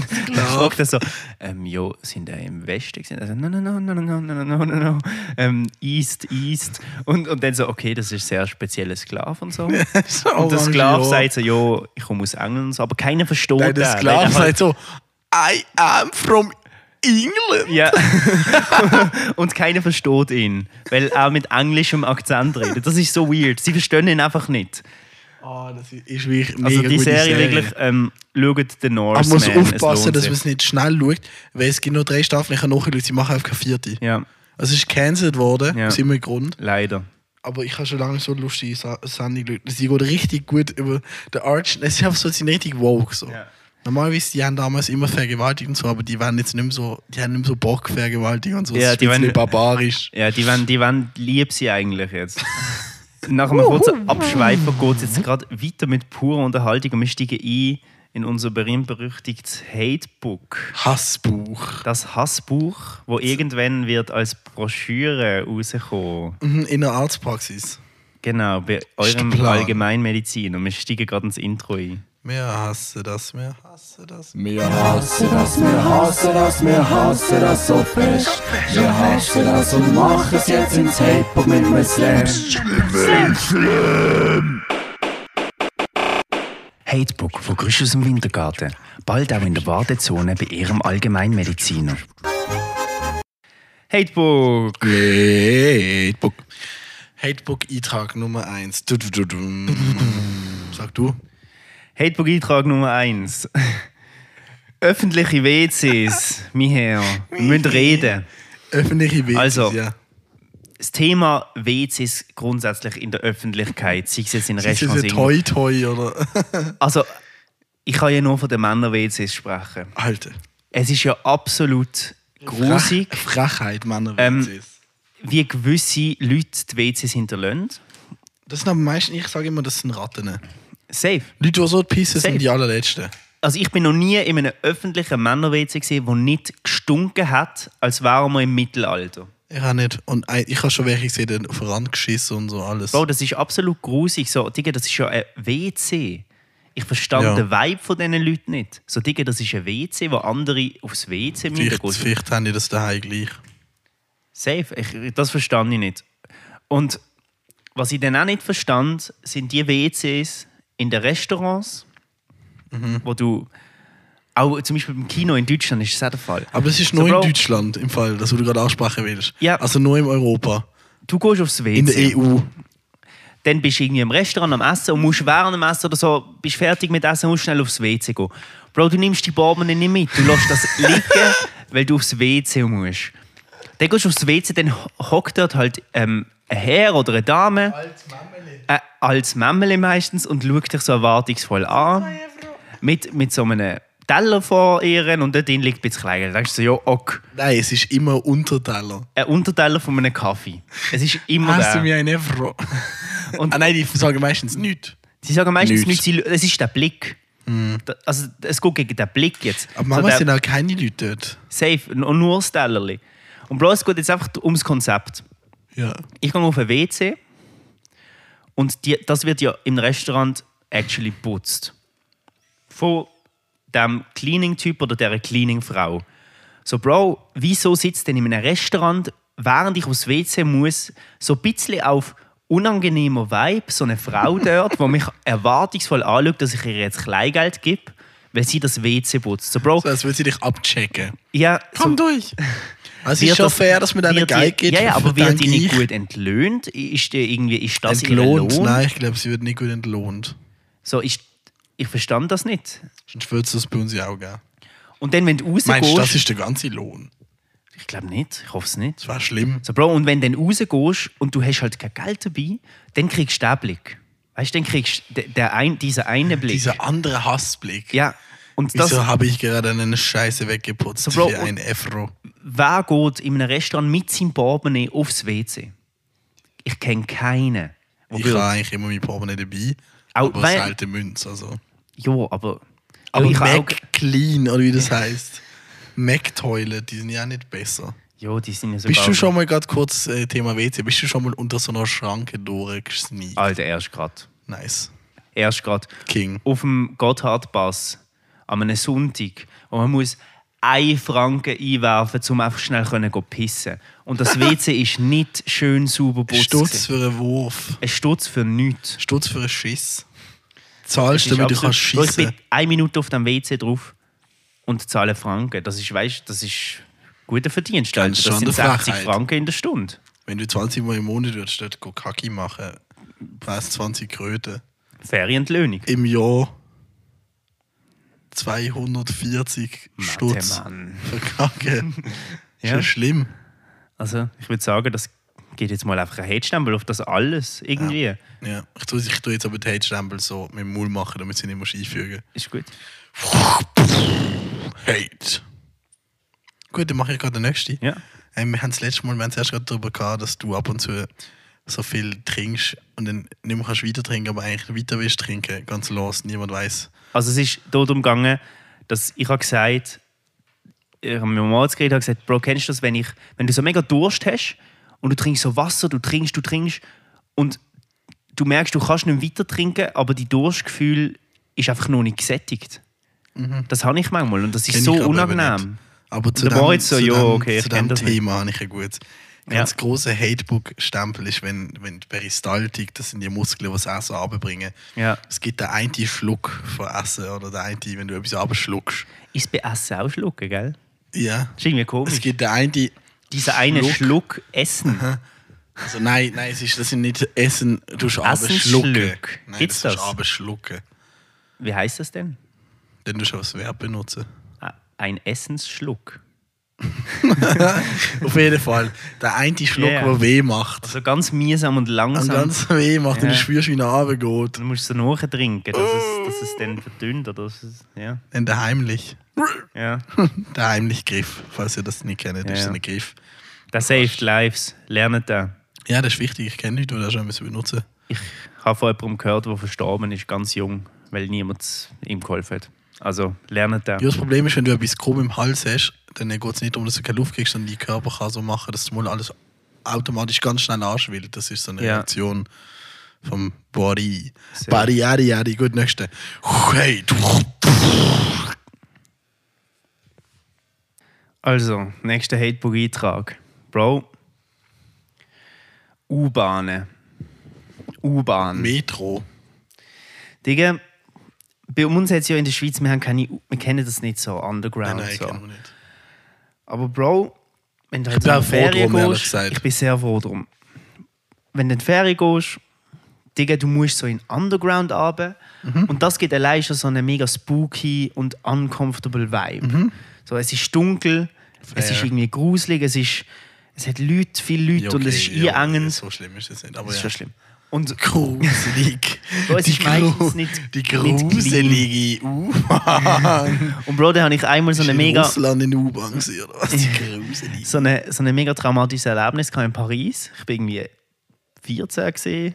Speaker 1: dann, dann fragt er so, ähm, jo, sind er im Westen? gewesen? Also, no, no, no, no, no, no, no, no, no, no, ähm, East, East. Und, und dann so, okay, das ist sehr spezielles Sklav und so.
Speaker 2: So
Speaker 1: Und der
Speaker 2: orange
Speaker 1: Sklav
Speaker 2: Haar.
Speaker 1: sagt so, jo, ich komme aus England und so, aber keiner versteht
Speaker 2: Nein, der
Speaker 1: den, weil
Speaker 2: Sklav
Speaker 1: er
Speaker 2: sagt so,
Speaker 1: halt
Speaker 2: I am from England.
Speaker 1: Ja. und keiner versteht ihn, weil er mit englischem Akzent redet. Das ist so weird. Sie verstehen ihn einfach nicht.
Speaker 2: Ah, das ist wirklich mega
Speaker 1: Also die
Speaker 2: gute
Speaker 1: Serie, wirklich, ähm, schaut
Speaker 2: Man
Speaker 1: den Norseman.
Speaker 2: muss
Speaker 1: es
Speaker 2: aufpassen,
Speaker 1: lohnt
Speaker 2: dass
Speaker 1: sich.
Speaker 2: man es nicht schnell schaut, weil es gibt nur drei Staffeln, ich habe nachgeschaut, sie machen einfach keine vierte.
Speaker 1: Ja,
Speaker 2: Also es ist gecancelt worden,
Speaker 1: Ja.
Speaker 2: aus immer Grund.
Speaker 1: leider.
Speaker 2: aber ich habe schon lange so lustige Sa- Sendung geschaut. Sie geht richtig gut über den Arch. Es ist einfach so, sie sind richtig woke. So.
Speaker 1: Ja.
Speaker 2: Normalerweise, die haben damals immer vergewaltigt und so, aber die werden jetzt nicht mehr so, die haben nicht mehr so Bock vergewaltigt und so.
Speaker 1: Ja,
Speaker 2: das ist
Speaker 1: die
Speaker 2: ein bisschen
Speaker 1: wollen-
Speaker 2: barbarisch.
Speaker 1: Ja, die wollen, die wollen lieb sie eigentlich jetzt. Nach einem kurzen Abschweifen geht es jetzt gerade weiter mit purer Unterhaltung und wir steigen ein in unser berühmt-berüchtigtes Hatebook.
Speaker 2: Hassbuch.
Speaker 1: Das Hassbuch, wo irgendwann wird als Broschüre rauskommen.
Speaker 2: Mhm, In der Arztpraxis.
Speaker 1: Genau, bei
Speaker 2: Ist der
Speaker 1: eurem
Speaker 2: Plan.
Speaker 1: Allgemeinmedizin. Und wir steigen gerade ins Intro ein.
Speaker 2: Mehr hasse das, mehr hasse das.
Speaker 4: Wir hassen das, wir hassen das, wir hassen das so fest. Wir hassen das und machen es jetzt ins Hip-Hop mit einem Slam.
Speaker 1: Hatebook von Grüsch aus dem Wintergarten. Bald auch in der Wartezone bei ihrem Allgemeinmediziner. Hatebook!
Speaker 2: Hatebook. Hatebook-Eintrag Nummer 1. Sag du.
Speaker 1: Hatebook-Eintrag Nummer 1. Öffentliche WCs, mein Herr, wir müssen reden.
Speaker 2: Öffentliche Wege.
Speaker 1: Also,
Speaker 2: ja.
Speaker 1: Das Thema WCs grundsätzlich in der Öffentlichkeit, sei es jetzt in
Speaker 2: Ist das
Speaker 1: Restaurants.
Speaker 2: ein
Speaker 1: irgendwo.
Speaker 2: Toi-Toi oder?
Speaker 1: Also, ich kann ja nur von den Männer-WCs sprechen.
Speaker 2: Alter.
Speaker 1: Es ist ja absolut grusig,
Speaker 2: Frech, Frechheit, Männer.
Speaker 1: Ähm, wie gewisse Leute die WCs hinterlassen.
Speaker 2: das sind aber meistens, ich sage immer, das sind Ratten. Leute,
Speaker 1: Safe.
Speaker 2: die so pissen,
Speaker 1: Safe.
Speaker 2: sind die allerletzten.
Speaker 1: Also ich bin noch nie in einem öffentlichen Männer-WC gesehen, der nicht gestunken hat, als wären wir im Mittelalter.
Speaker 2: Ich auch nicht. Und ein- ich habe schon welche gesehen, die vorangeschissen und so alles.
Speaker 1: Bro, das ist absolut grusig. So, Digga, das ist ja ein WC. Ich verstand
Speaker 2: Ja.
Speaker 1: den Vibe von diesen Leuten nicht. So, Digga, das ist ein WC, wo andere aufs WC
Speaker 2: vielleicht,
Speaker 1: müssen.
Speaker 2: vielleicht haben die das daheim gleich.
Speaker 1: Safe, ich, das verstand ich nicht. Und was ich dann auch nicht verstand, sind die WCs in den Restaurants,
Speaker 2: Mhm.
Speaker 1: wo du, auch zum Beispiel im Kino in Deutschland ist das auch der Fall.
Speaker 2: Aber das ist
Speaker 1: So,
Speaker 2: nur
Speaker 1: Bro.
Speaker 2: in Deutschland im Fall, das, was du gerade ansprechen willst.
Speaker 1: Ja.
Speaker 2: Also nur in Europa.
Speaker 1: Du gehst aufs WC.
Speaker 2: In der E EU.
Speaker 1: dann bist du irgendwie im Restaurant am Essen und musst während dem Essen oder so, bist fertig mit Essen, musst schnell aufs WC gehen. Bro, du nimmst die Barmen nicht mit. Du lässt das liegen, weil du aufs WC musst. Dann gehst du aufs WC, dann hockt dort halt ähm, ein Herr oder eine Dame. Äh, als Mämmeli meistens und schaut dich so erwartungsvoll an. Mit, mit so einem Teller vor ihr und dort drin liegt ein bisschen Kleingeld. Dann denkst du so, ja, ok.
Speaker 2: Nein, es ist immer Unterteller.
Speaker 1: Ein Unterteller von einem Kaffee. Es ist immer
Speaker 2: Hast du
Speaker 1: der.
Speaker 2: mir ein Euro?
Speaker 1: Und-
Speaker 2: ah, nein, die sagen meistens nichts.
Speaker 1: Sie sagen meistens nichts,
Speaker 2: Nichts.
Speaker 1: sie- es ist der Blick. Da- Also, es geht gegen den Blick jetzt.
Speaker 2: Aber manchmal
Speaker 1: so
Speaker 2: sind
Speaker 1: der,
Speaker 2: auch keine Leute dort.
Speaker 1: safe und nur das Tellerli. Und bloß es geht jetzt einfach ums Konzept.
Speaker 2: Ja.
Speaker 1: Ich gehe auf ein WC und die, das wird ja im Restaurant actually putzt. Von dem Cleaning-Typ oder dieser Cleaning-Frau. So, Bro, wieso sitzt denn in einem Restaurant, während ich aufs WC muss, so ein bisschen auf unangenehmer Vibe, so eine Frau dort, die mich erwartungsvoll anschaut, dass ich ihr jetzt Kleingeld gebe, weil sie das WC putzt. So, Bro,
Speaker 2: So, als würde sie dich abchecken.
Speaker 1: ja, so,
Speaker 2: durch! Also es
Speaker 1: wird
Speaker 2: ist schon
Speaker 1: das-
Speaker 2: fair, dass man einen
Speaker 1: wird die-
Speaker 2: Geil geht.
Speaker 1: Ja, ja, aber wird die nicht
Speaker 2: ich,
Speaker 1: gut entlöhnt? Ist die irgendwie, ist das
Speaker 2: entlohnt?
Speaker 1: ihr Lohn?
Speaker 2: Nein, ich glaube, sie wird nicht gut entlohnt.
Speaker 1: So, ich, ich verstand das nicht.
Speaker 2: Sonst würde es das bei uns ja auch geben.
Speaker 1: Und dann, wenn du
Speaker 2: Meinst du, das
Speaker 1: rausgehst...
Speaker 2: ist der ganze Lohn?
Speaker 1: Ich glaube nicht, ich hoffe es nicht.
Speaker 2: Das wäre schlimm.
Speaker 1: So, Bro, und wenn du dann rausgehst und du hast halt kein Geld dabei, dann kriegst du den Blick. Weißt du, dann kriegst du de- der ein, diesen einen Blick.
Speaker 2: Dieser andere Hassblick.
Speaker 1: ja. Und das,
Speaker 2: Wieso habe ich gerade einen Scheiße weggeputzt
Speaker 1: Bro,
Speaker 2: für
Speaker 1: und-
Speaker 2: ein Euro?
Speaker 1: wer geht in einem Restaurant mit seinem Portemonnaie aufs WC? Ich kenne keinen. der
Speaker 2: Ich
Speaker 1: würde-
Speaker 2: habe eigentlich immer mein Portemonnaie dabei,
Speaker 1: Auch
Speaker 2: aber
Speaker 1: weil-
Speaker 2: selten Münze. Also.
Speaker 1: Ja, aber...
Speaker 2: Aber
Speaker 1: ich habe
Speaker 2: Mac Clean, oder wie das heißt. Mac Toilet, die sind ja auch nicht besser.
Speaker 1: Ja, die sind ja sogar...
Speaker 2: Bist du schon mal gerade kurz äh, Thema WC, bist du schon mal unter so einer Schranke durchgesneakt?
Speaker 1: Alter, erst gerade.
Speaker 2: Nice.
Speaker 1: Erst gerade.
Speaker 2: King.
Speaker 1: auf dem Gotthardpass an einem Sonntag und man muss einen Franken einwerfen, um einfach schnell können go pissen. Und das WC ist nicht schön sauber putzt.
Speaker 2: Stutz
Speaker 1: gewesen.
Speaker 2: für einen Wurf.
Speaker 1: Ein Stutz für nichts.
Speaker 2: Stutz für einen Schiss. Zahlst
Speaker 1: Das ist
Speaker 2: damit du
Speaker 1: absolut-
Speaker 2: kannst
Speaker 1: Bro, Ich
Speaker 2: schießen.
Speaker 1: bin eine Minute auf dem WC drauf und zahle einen Franken. Das ist, weißt, das ist guter Verdienst. Alter.
Speaker 2: Ganz
Speaker 1: Das
Speaker 2: schon
Speaker 1: sind
Speaker 2: eine
Speaker 1: 60
Speaker 2: Frechheit.
Speaker 1: Franken in der Stunde.
Speaker 2: Wenn du 20 Mal im Monat würdest, dort go Kacki machen, wärst 20 Kröten.
Speaker 1: Ferientlöhnung.
Speaker 2: Im Jahr 240 Stutz
Speaker 1: Mann.
Speaker 2: für Kacke. Ist
Speaker 1: Ja.
Speaker 2: ja schlimm.
Speaker 1: Also, ich würde sagen, das geht jetzt mal einfach ein Headstempel auf das alles. Irgendwie.
Speaker 2: Ja. Ich tue, ich tu jetzt aber den Hate-Stempel so mit dem Maul machen, damit sie nicht mehr einfügen.
Speaker 1: Ist gut.
Speaker 2: Hate. Gut, dann mache ich gerade den nächsten.
Speaker 1: Ja.
Speaker 2: Ähm, wir haben das letzte Mal, wir haben es erst gerade darüber gehabt, dass du ab und zu so viel trinkst und dann nicht mehr kannst weiter trinken, aber eigentlich weiter willst trinken, ganz los, niemand weiß.
Speaker 1: Also es ist darum gegangen, dass ich habe gesagt, ich habe mit meinem Arzt geredet, habe gesagt, Bro, kennst du das, wenn, ich, wenn du so mega Durst hast und du trinkst so Wasser, du trinkst, du trinkst und du merkst, du kannst nicht mehr weiter trinken, aber die Durstgefühl ist einfach noch nicht gesättigt. Das habe ich manchmal und das
Speaker 2: Mhm. Kenn
Speaker 1: ist so
Speaker 2: ich aber eben
Speaker 1: unangenehm.
Speaker 2: nicht. Aber zu
Speaker 1: der
Speaker 2: dem,
Speaker 1: Moritz so,
Speaker 2: zu
Speaker 1: ja,
Speaker 2: dem,
Speaker 1: okay, ich
Speaker 2: zu
Speaker 1: kenn
Speaker 2: dem
Speaker 1: das nicht.
Speaker 2: Thema habe ich ein gutes.
Speaker 1: Ja.
Speaker 2: Ganz großer Hatebook-Stempel ist, wenn, wenn die Peristaltik, das sind die Muskeln, die das Essen runterbringen.
Speaker 1: Ja.
Speaker 2: Es gibt den einen Schluck von Essen oder den einen, wenn du etwas runterschluckst.
Speaker 1: Ist bei Essen auch schlucken, gell?
Speaker 2: Ja.
Speaker 1: Das ist irgendwie
Speaker 2: Es
Speaker 1: komisch.
Speaker 2: gibt den einen,
Speaker 1: Dieser eine Schluck,
Speaker 2: Schluck.
Speaker 1: Essen.
Speaker 2: Also nein, nein, es ist, das sind nicht Essen, du hast
Speaker 1: Essensschluck.
Speaker 2: runterschlucken. Nein,
Speaker 1: Gibt's
Speaker 2: das ist
Speaker 1: das?
Speaker 2: runterschlucken.
Speaker 1: Wie heißt das denn?
Speaker 2: Dann tust du das Verb benutzen.
Speaker 1: Ah, Ein Essensschluck.
Speaker 2: Auf jeden Fall. Der eine Schluck,
Speaker 1: Ja, ja.
Speaker 2: der weh macht.
Speaker 1: So Also ganz miesam und
Speaker 2: Und
Speaker 1: langsam.
Speaker 2: ganz weh macht und
Speaker 1: Ja.
Speaker 2: du spürst, wie er runtergeht.
Speaker 1: Du musst so nachtrinken, dass,
Speaker 2: Oh.
Speaker 1: es, dass es dann verdünnt. Oder dass es, ja,
Speaker 2: Dann der heimlich.
Speaker 1: ja.
Speaker 2: Der heimlich Griff, falls ihr das nicht kennt, das
Speaker 1: Ja,
Speaker 2: ist
Speaker 1: ja.
Speaker 2: ein Griff.
Speaker 1: Das saved lives. Lernt das.
Speaker 2: Ja, das ist wichtig, ich kenne dich, du darfst es benutzen.
Speaker 1: Ich habe von jemandem gehört, der verstorben ist, ganz jung, weil niemand ihm geholfen hat. Also lernt das.
Speaker 2: Ja, das Problem ist, wenn du etwas grob im Hals hast, dann geht es nicht darum, dass du keine Luft kriegst, sondern dein Körper kann so machen, dass du mal alles automatisch ganz schnell anschwillt. Das ist so eine
Speaker 1: Ja.
Speaker 2: Reaktion vom Body.
Speaker 1: Sehr.
Speaker 2: Body, Yari, Yari. Gut, nächste. Hey, du.
Speaker 1: Also, nächster Hatebook-Eintrag. Bro. U-Bahnen. U-Bahn.
Speaker 2: Metro.
Speaker 1: Digga, bei uns jetzt ja in der Schweiz, wir, haben keine, wir kennen das nicht so, Underground.
Speaker 2: Nein, nein,
Speaker 1: so.
Speaker 2: kennen wir nicht.
Speaker 1: Aber Bro, wenn du jetzt
Speaker 2: bin
Speaker 1: in
Speaker 2: auch
Speaker 1: die
Speaker 2: froh
Speaker 1: Ferien
Speaker 2: drum, ehrlich
Speaker 1: gehst,
Speaker 2: gesagt.
Speaker 1: ich bin sehr froh drum. Wenn du in die Ferien gehst, Digga, du musst so in Underground arbeiten
Speaker 2: Mhm.
Speaker 1: und das gibt allein schon so einen mega spooky und uncomfortable Vibe. So, es ist dunkel, es ist
Speaker 2: Mhm. Fair.
Speaker 1: irgendwie gruselig, es ist, es hat Leute, viele Leute
Speaker 2: Ja,
Speaker 1: und es ist
Speaker 2: okay, ja,
Speaker 1: einengend.
Speaker 2: So schlimm ist es nicht. Aber
Speaker 1: das ist
Speaker 2: ja.
Speaker 1: schon schlimm. Und
Speaker 2: Gruselig.
Speaker 1: Bro, es
Speaker 2: Die
Speaker 1: ist meistens
Speaker 2: Gru-
Speaker 1: nicht-
Speaker 2: Die
Speaker 1: nicht clean.
Speaker 2: gruselige U-Bahn.
Speaker 1: Und Bro, da habe ich einmal so eine
Speaker 2: in
Speaker 1: mega,
Speaker 2: Russland in U-Bahn gewesen, oder was? Die gruselige.
Speaker 1: so eine, so eine mega traumatisches Erlebnis gehabt in Paris. Ich bin irgendwie 14 gesehen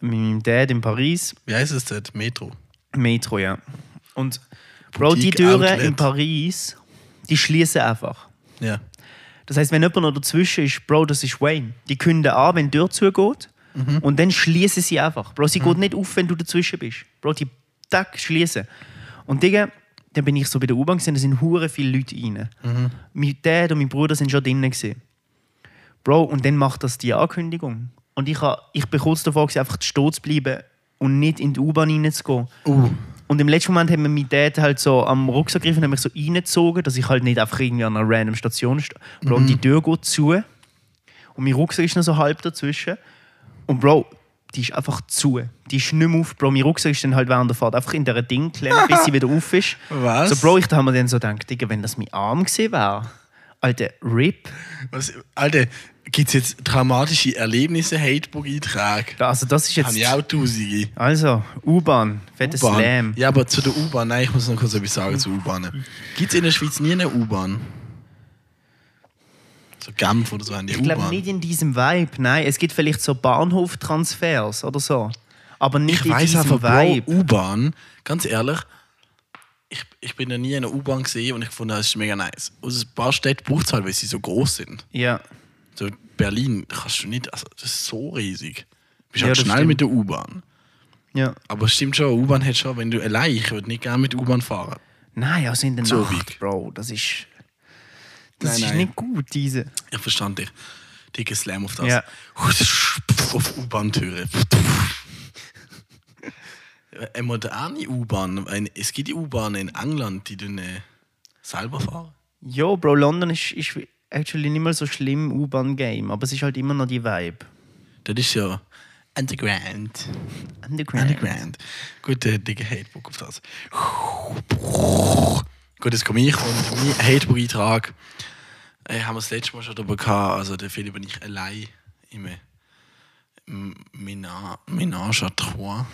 Speaker 1: mit meinem Dad in Paris,
Speaker 2: Wie heißt es dort? Metro.
Speaker 1: Metro, ja. Und Bro, die
Speaker 2: Boutique
Speaker 1: Türen
Speaker 2: Outlet.
Speaker 1: in Paris, die schließen einfach.
Speaker 2: Ja.
Speaker 1: Das heißt, wenn jemand noch dazwischen ist, Bro, das ist Wayne. Die künden an, wenn die Tür zugeht.
Speaker 2: Mhm.
Speaker 1: Und dann schließen sie einfach. Bro, sie geht nicht auf, wenn du dazwischen bist. Bro, die tack, schließen. Und Digga, dann bin ich so bei der U-Bahn gesehen, da sind hure viele Leute rein.
Speaker 2: Mhm.
Speaker 1: Mein Dad und mein Bruder sind schon drinnen gesehen. Bro, und dann macht das die Ankündigung. Und ich, ha, ich bin kurz davor, gewesen, einfach stehen zu bleiben und nicht in die U-Bahn reinzugehen.
Speaker 2: Uh.
Speaker 1: Und im letzten Moment haben wir meinen Dad halt so am Rucksack gegriffen und haben mich so reingezogen, dass ich halt nicht einfach irgendwie an einer random Station stehe. Bro,
Speaker 2: Mhm.
Speaker 1: die Tür geht zu und mein Rucksack ist noch so halb dazwischen. Und Bro, die ist einfach zu. Die ist nicht mehr auf. Bro, mein Rucksack ist dann halt während der Fahrt einfach in dieser Ding geklemmt, bis sie wieder auf ist.
Speaker 2: Was?
Speaker 1: So, Bro, ich da haben wir dann so gedacht, Digga, wenn das mein Arm gewesen wäre. Alter, RIP.
Speaker 2: Was, Alter, gibt es jetzt dramatische Erlebnisse, Hatebook-Eintrag?
Speaker 1: Also, das ist jetzt.
Speaker 2: Haben ja auch tausende.
Speaker 1: Also, U-Bahn, fettes
Speaker 2: U-Bahn.
Speaker 1: Slam.
Speaker 2: Ja, aber zu der U-Bahn, nein, ich muss noch kurz etwas sagen zu U-Bahnen. Gibt es in der Schweiz nie eine U-Bahn? So Genf oder so haben die
Speaker 1: Ich glaube
Speaker 2: U-Bahn.
Speaker 1: nicht in diesem Vibe, nein. Es gibt vielleicht so Bahnhoftransfers oder so. Aber nicht
Speaker 2: Ich
Speaker 1: in
Speaker 2: weiß
Speaker 1: diesem
Speaker 2: einfach, Bro,
Speaker 1: Vibe.
Speaker 2: U-Bahn, ganz ehrlich, ich, ich bin noch nie in einer U-Bahn gesehen und ich fand das ist mega nice. Und ein paar Städte braucht es halt, weil sie so groß sind.
Speaker 1: Ja,
Speaker 2: So Berlin kannst du nicht, also das ist so riesig. Du bist
Speaker 1: Ja,
Speaker 2: halt
Speaker 1: das
Speaker 2: schnell mit der U-Bahn.
Speaker 1: ja.
Speaker 2: Aber es stimmt schon, U-Bahn hat schon, wenn du allein, ich würde nicht gerne mit U-Bahn fahren.
Speaker 1: Nein, also in der
Speaker 2: So
Speaker 1: Nacht,
Speaker 2: wenig.
Speaker 1: Bro. Das ist. Das
Speaker 2: Nein,
Speaker 1: ist
Speaker 2: nein.
Speaker 1: nicht gut, diese.
Speaker 2: Ich verstand dich. Dicker Slam auf das.
Speaker 1: Ja.
Speaker 2: Auf U-Bahn-Türe. Eine moderne U-Bahn. ein- Es gibt die U-Bahnen in England, die du selber fahren.
Speaker 1: Jo, Bro, London ist, ist actually nicht mehr so schlimm im U-Bahn-Game, aber es ist halt immer noch die Vibe.
Speaker 2: Das ist ja Underground.
Speaker 1: Underground.
Speaker 2: Underground. Gut, äh, Digga, Hatebook auf das. Gut, jetzt komme ich und mein Hatebook-Eintrag. Äh, haben wir das letzte Mal schon darüber gehabt. Also, der Philipp und ich allein im äh, im Mena- Menage à Trois.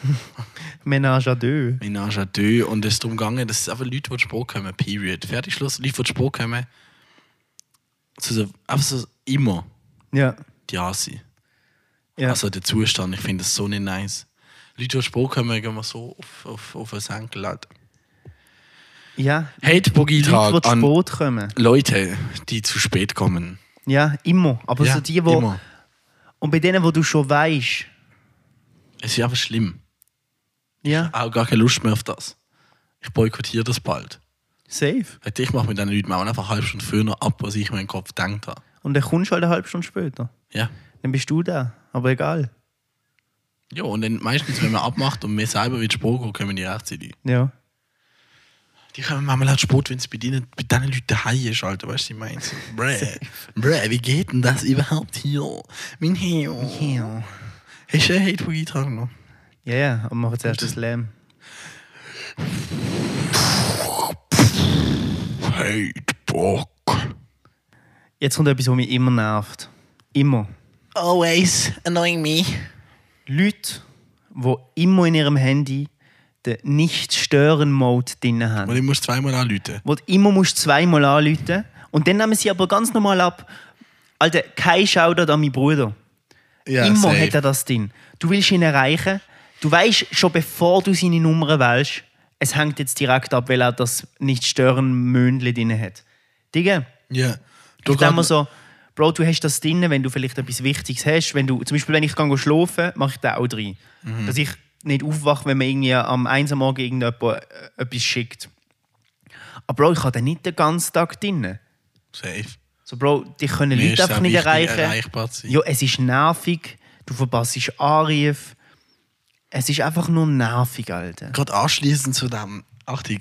Speaker 1: Ménage à deux.
Speaker 2: Ménage à deux. Und es ist darum gegangen, dass es einfach Leute, die Sport kommen. Period. Fertig, Schluss. Leute, die Sport kommen. So, so, einfach so immer
Speaker 1: Ja.
Speaker 2: die Asi.
Speaker 1: Ja.
Speaker 2: Also der Zustand, ich finde das so nicht nice. Leute, die Sport kommen, gehen wir so auf, auf, auf den Senkel. Leute.
Speaker 1: Ja, Leute,
Speaker 2: Hate-Boogie-Tag
Speaker 1: die zu
Speaker 2: an
Speaker 1: Boot kommen.
Speaker 2: Leute, die zu spät kommen.
Speaker 1: Ja, immer. Aber
Speaker 2: Ja,
Speaker 1: so die, wo,
Speaker 2: immer.
Speaker 1: Und bei denen, wo du schon weißt,
Speaker 2: Es ist einfach schlimm.
Speaker 1: ja,
Speaker 2: Auch gar keine Lust mehr auf das. Ich boykottiere das bald.
Speaker 1: safe.
Speaker 2: Weil Ich mache mit diesen Leuten auch einfach eine halbe Stunde früher noch ab, was ich in meinem Kopf gedacht habe.
Speaker 1: Und dann kommst du halt eine halbe Stunde später.
Speaker 2: Ja.
Speaker 1: Dann bist du da. Aber egal.
Speaker 2: Ja, und dann meistens, wenn man abmacht und wir selber wie Sport gehen, kommen die rechtzeitig.
Speaker 1: Ja.
Speaker 2: Die kommen manchmal halt Sport, wenn es bei denen, bei diesen Leuten daheim ist, Alter. Weißt du, ich meine, so, bräh, bräh, wie geht denn das überhaupt hier? Mein Heo.
Speaker 1: Ja,
Speaker 2: Hast du einen Hate-Boogie-Tag noch?
Speaker 1: ja, aber machen zuerst das Slam.
Speaker 2: Hate-Bock.
Speaker 1: Jetzt kommt etwas, was mich immer nervt. Immer.
Speaker 2: Always annoying me.
Speaker 1: Leute, die immer in ihrem Handy den Nicht-Stören-Mode drin haben.
Speaker 2: Und ich muss zweimal anrufen.
Speaker 1: wo du immer musst zweimal anrufen und dann nehmen sie aber ganz normal ab. Alter, kein Shoutout an meinen Bruder.
Speaker 2: Ja,
Speaker 1: immer
Speaker 2: safe.
Speaker 1: hat er das drin. Du willst ihn erreichen. Du weißt schon bevor du seine Nummer wählst, es hängt jetzt direkt ab, weil er das nicht stören Mündli drin hat. Digga,
Speaker 2: Ja. Du
Speaker 1: dann immer so, Bro, du hast das drin, wenn du vielleicht etwas Wichtiges hast. Wenn du, zum Beispiel, wenn ich gehe schlafen, mache ich da auch drin.
Speaker 2: Mhm.
Speaker 1: Dass ich nicht aufwache, wenn mir irgendwie am 1 am Morgen irgendjemand äh, etwas schickt. Aber Bro, ich habe den nicht den ganzen Tag drin.
Speaker 2: Safe.
Speaker 1: So, Bro, dich können
Speaker 2: Mir ist
Speaker 1: Leute
Speaker 2: es
Speaker 1: einfach
Speaker 2: auch
Speaker 1: nicht
Speaker 2: wichtig,
Speaker 1: erreichen.
Speaker 2: erreichbar zu sein.
Speaker 1: Ja, es ist nervig, du verpasst Anrufe. Es ist einfach nur nervig, Alter.
Speaker 2: Gerade anschließend zu dem, Achtung,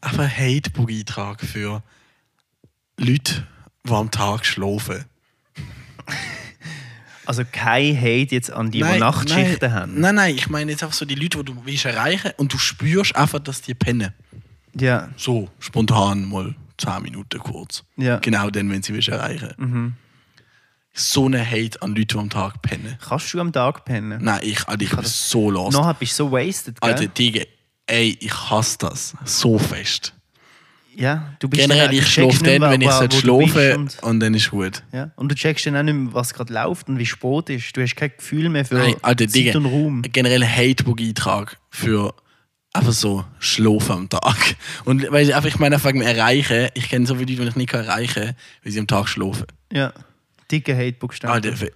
Speaker 2: aber Hate-Boogie-Tag für Leute, die am Tag schlafen.
Speaker 1: Also kein Hate jetzt an die, die Nachtschichten
Speaker 2: nein,
Speaker 1: haben.
Speaker 2: Nein, nein, ich meine jetzt einfach so die Leute, die du willst erreichen und du spürst einfach, dass die pennen.
Speaker 1: Ja,
Speaker 2: So, spontan mal 10 Minuten kurz.
Speaker 1: Ja. Mhm.
Speaker 2: Genau dann, wenn sie willst erreichen. So eine Hate an Leute, die am Tag pennen.
Speaker 1: kannst du am Tag pennen?
Speaker 2: Nein, ich, Alter, ich bin so lost.
Speaker 1: Nachher bist du so wasted, gell?
Speaker 2: Alter, Digga, ey, ich hasse das so fest.
Speaker 1: Ja, du bist
Speaker 2: Generell,
Speaker 1: dann-
Speaker 2: ich
Speaker 1: du checkst
Speaker 2: schlafe
Speaker 1: nicht
Speaker 2: dann,
Speaker 1: mehr,
Speaker 2: wenn ich
Speaker 1: wo-
Speaker 2: sollte
Speaker 1: wo du bist
Speaker 2: schlafen
Speaker 1: Und,
Speaker 2: und dann ist gut.
Speaker 1: ja. und du checkst dann auch nicht mehr, was gerade läuft und wie spät ist. Du hast kein Gefühl mehr für
Speaker 2: Nein, Alter,
Speaker 1: Zeit
Speaker 2: Digga, Äh,
Speaker 1: und Raum.
Speaker 2: generell Hate-Boogie-Eintrag für einfach so Schlafen am Tag. Und weil ich einfach, ich meine, einfach wegen dem Erreichen, ich kenne so viele Leute, die ich nicht kann erreichen kann, weil sie am Tag schlafen.
Speaker 1: Ja, dicke Hatebookstempel.
Speaker 2: Alter, für-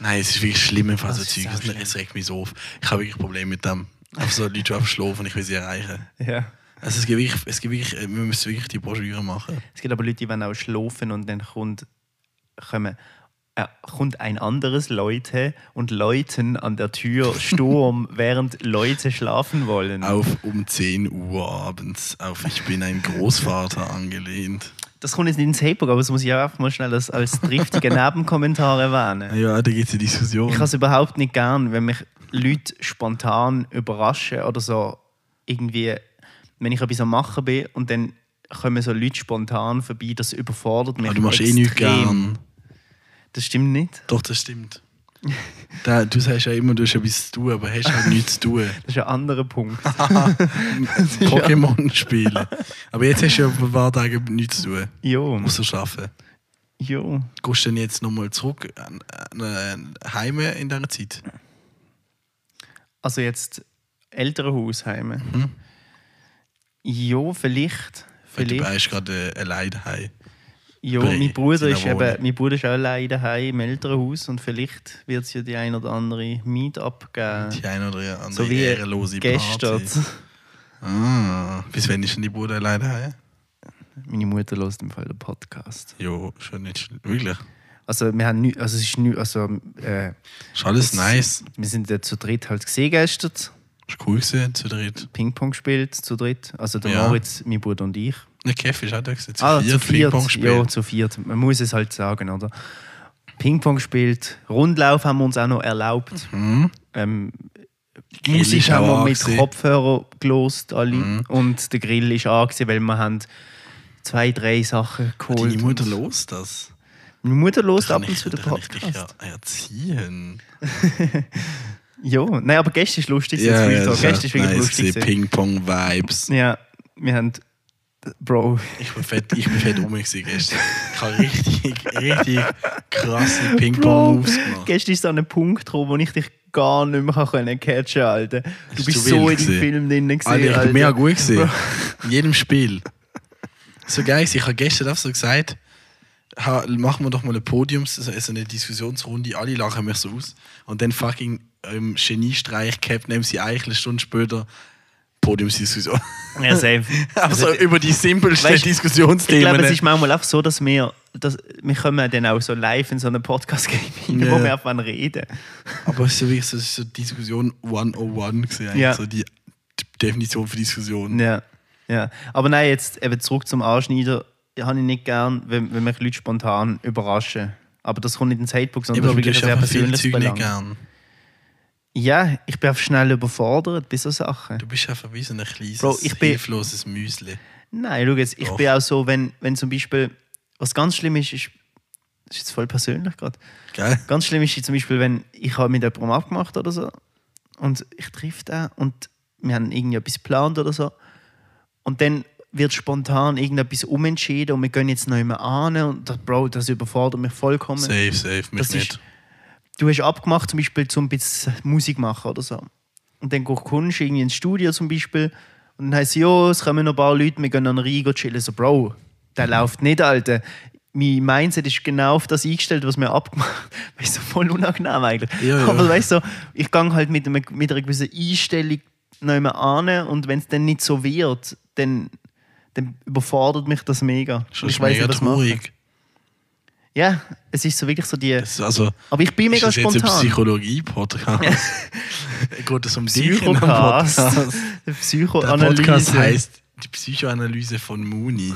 Speaker 2: Nein, es ist wirklich schlimm, einfach so Zeug. Es- Es regt mich so auf. Ich habe wirklich Probleme mit dem. Einfach so Leute, die einfach schlafen und ich will sie erreichen.
Speaker 1: Ja.
Speaker 2: Also es gibt wirklich, es gibt wirklich, wir müssen wirklich die Broschüre machen.
Speaker 1: Es gibt aber Leute, die wollen auch schlafen und dann kommt, kommen, äh, kommt ein anderes Leute und läuten an der Tür Sturm, während Leute schlafen wollen.
Speaker 2: auf um 10 Uhr abends auf Ich bin ein Großvater angelehnt.
Speaker 1: Das kommt jetzt nicht ins Hatebook, aber das muss ich auch einfach mal schnell als, als driftige Nebenkommentar erwähnen.
Speaker 2: Ja, da gibt es eine Diskussion.
Speaker 1: Ich habe es überhaupt nicht gern, wenn mich Leute spontan überraschen oder so irgendwie, wenn ich etwas am Machen bin und dann kommen so Leute spontan vorbei, das überfordert mich.
Speaker 2: Aber du machst eh nichts
Speaker 1: extrem.
Speaker 2: gern.
Speaker 1: Das stimmt nicht.
Speaker 2: Doch, das stimmt. Da, du sagst ja immer, du hast etwas zu tun, aber hast halt nichts zu tun.
Speaker 1: Das ist ein anderer Punkt.
Speaker 2: Pokémon spielen. Aber jetzt hast du ja ein paar Tage nichts zu tun.
Speaker 1: jo,
Speaker 2: Musst du arbeiten.
Speaker 1: jo.
Speaker 2: Gehst du denn jetzt nochmal zurück an, an, an Heime in dieser Zeit?
Speaker 1: Also jetzt ältere Hausheime.
Speaker 2: Mhm.
Speaker 1: Jo, vielleicht.
Speaker 2: Weil du
Speaker 1: Vielleicht.
Speaker 2: bist gerade äh, allein daheim.
Speaker 1: Jo,
Speaker 2: bei
Speaker 1: mein Bruder,
Speaker 2: seiner
Speaker 1: ist eben,
Speaker 2: Wohnung.
Speaker 1: mein Bruder ist auch allein daheim im älteren Haus und vielleicht wird es ja die ein oder andere Meetup geben.
Speaker 2: Die eine oder andere
Speaker 1: So wie
Speaker 2: ehrenlose
Speaker 1: gestern.
Speaker 2: Party. Ah, bis wann ist denn die Bruder allein daheim?
Speaker 1: Meine Mutter hört im Fall den Podcast.
Speaker 2: Jo, schon nicht schlimm. Wirklich.
Speaker 1: Also wir haben nie, also es ist nie, also äh,
Speaker 2: Ist alles nice.
Speaker 1: wir sind ja zu dritt halt gesehen gestern,
Speaker 2: Ist cool gewesen, zu dritt.
Speaker 1: Ping-Pong gespielt zu dritt, also der
Speaker 2: Ja.
Speaker 1: Moritz, mein Bruder und ich.
Speaker 2: Ne, Kev ist auch da gewesen. Zu
Speaker 1: ah,
Speaker 2: viert,
Speaker 1: zu viert,
Speaker 2: Ping-Pong
Speaker 1: ja,
Speaker 2: gespielt.
Speaker 1: zu viert. Man muss es halt sagen, oder? Ping-Pong gespielt, Rundlauf haben wir uns auch noch erlaubt. Ähm,
Speaker 2: Mhm. Grill
Speaker 1: Musik
Speaker 2: ist
Speaker 1: haben
Speaker 2: auch
Speaker 1: wir mit
Speaker 2: angesehen. Mhm.
Speaker 1: Kopfhörer gelost, alle. Und der Grill ist angesehen, weil wir haben zwei, drei Sachen geholt.
Speaker 2: Deine Ah, Mutter
Speaker 1: Und-
Speaker 2: los das.
Speaker 1: Meine Mutter lost
Speaker 2: Kann
Speaker 1: ab
Speaker 2: ich,
Speaker 1: und zu den
Speaker 2: kann ich dich
Speaker 1: Podcast.
Speaker 2: ja erziehen.
Speaker 1: Ja, nein, aber gestern ist lustig. jetzt Real Talk. gestern ist wirklich
Speaker 2: nice
Speaker 1: lustig.
Speaker 2: gewesen.
Speaker 1: gewesen.
Speaker 2: Ping-Pong-Vibes.
Speaker 1: Ja, wir haben Bro.
Speaker 2: Ich bin fett, ich bin fett um mich gewesen gestern. Ich habe richtig, richtig krasse Ping-Pong-Moves gemacht.
Speaker 1: Gestern ist so ein Punkt gekommen, wo ich dich gar nicht mehr können catchen Alter. Du
Speaker 2: ist
Speaker 1: bist
Speaker 2: zu
Speaker 1: so in
Speaker 2: wild Ah,
Speaker 1: dem
Speaker 2: gewesen.
Speaker 1: Film drin gewesen,
Speaker 2: Alter, ich
Speaker 1: Alter.
Speaker 2: bin mega gut gewesen.
Speaker 1: Bro.
Speaker 2: In jedem Spiel. So geil, ich habe gestern auch so gesagt, ha, machen wir doch mal ein Podium, so so eine Diskussionsrunde, alle lachen mich so aus. Und dann fucking ähm, Geniestreich gehabt, nehmen sie eigentlich eine Stunde später Podiumsdiskussion.
Speaker 1: Ja, safe.
Speaker 2: Also über die simpelsten
Speaker 1: Weißt,
Speaker 2: Diskussionsthemen.
Speaker 1: Ich glaube, es ist manchmal auch so, dass wir, dass wir kommen dann auch so live in so einen Podcast rein, wo
Speaker 2: Ja.
Speaker 1: wir einfach reden.
Speaker 2: Aber es ist so wirklich so, so Diskussion 101 gesehen, eigentlich.
Speaker 1: Ja.
Speaker 2: so die die Definition für Diskussion.
Speaker 1: Ja, ja. Aber nein, jetzt eben zurück zum Anschneider. Habe ich nicht gern, wenn, wenn mich Leute spontan überraschen. Aber das kommt nicht ins Hatebook, sondern
Speaker 2: Eben,
Speaker 1: das ist
Speaker 2: aber du
Speaker 1: wirklich
Speaker 2: hast
Speaker 1: ein sehr
Speaker 2: einfach viel
Speaker 1: persönliches
Speaker 2: Zeug nicht
Speaker 1: Belang.
Speaker 2: gern.
Speaker 1: Ja, ich bin einfach schnell überfordert bei so Sachen.
Speaker 2: Du bist einfach wie so ein kleines,
Speaker 1: Bro, ich bin-
Speaker 2: hilfloses Müsli.
Speaker 1: Nein, schau jetzt, ich
Speaker 2: Doch.
Speaker 1: bin auch so, wenn, wenn zum Beispiel, was ganz schlimm ist, ist, das ist jetzt voll persönlich gerade.
Speaker 2: Gell?
Speaker 1: Ganz schlimm ist zum Beispiel, wenn ich habe mit jemandem abgemacht oder so und ich treffe den und wir haben irgendetwas geplant oder so und dann wird spontan irgendetwas umentschieden und wir gehen jetzt noch immer an und das, Bro, das überfordert mich vollkommen.
Speaker 2: Safe, safe, mich
Speaker 1: Das ist-
Speaker 2: nicht.
Speaker 1: Du hast abgemacht zum Beispiel, zum ein bisschen Musik machen oder so und dann kommst du irgendwie ins Studio zum Beispiel und dann heisst es, ja, es kommen noch ein paar Leute, wir gehen an den Rhein gehen chillen. So, Bro, der läuft nicht, Alter. Mein Mindset ist genau auf das eingestellt, was mir abgemacht haben. Weißt du, voll unangenehm eigentlich.
Speaker 2: Ja, ja.
Speaker 1: Aber weißt du, ich gehe halt mit, einem, mit einer gewissen Einstellung noch immer an und wenn es dann nicht so wird, dann, dann überfordert mich das mega.
Speaker 2: Das
Speaker 1: Und
Speaker 2: ist
Speaker 1: ich weiss
Speaker 2: mega
Speaker 1: nicht, was machen.
Speaker 2: traurig.
Speaker 1: Ja, es ist so wirklich so die.
Speaker 2: Das ist also,
Speaker 1: Aber ich bin mega
Speaker 2: ist das jetzt ein
Speaker 1: spontan.
Speaker 2: Psychologie-Podcast? Geht es um dich in einem
Speaker 1: Psychopast.
Speaker 2: Podcast? Der
Speaker 1: Psychoanalyse.
Speaker 2: Podcast heisst «Die Psychoanalyse von Muni».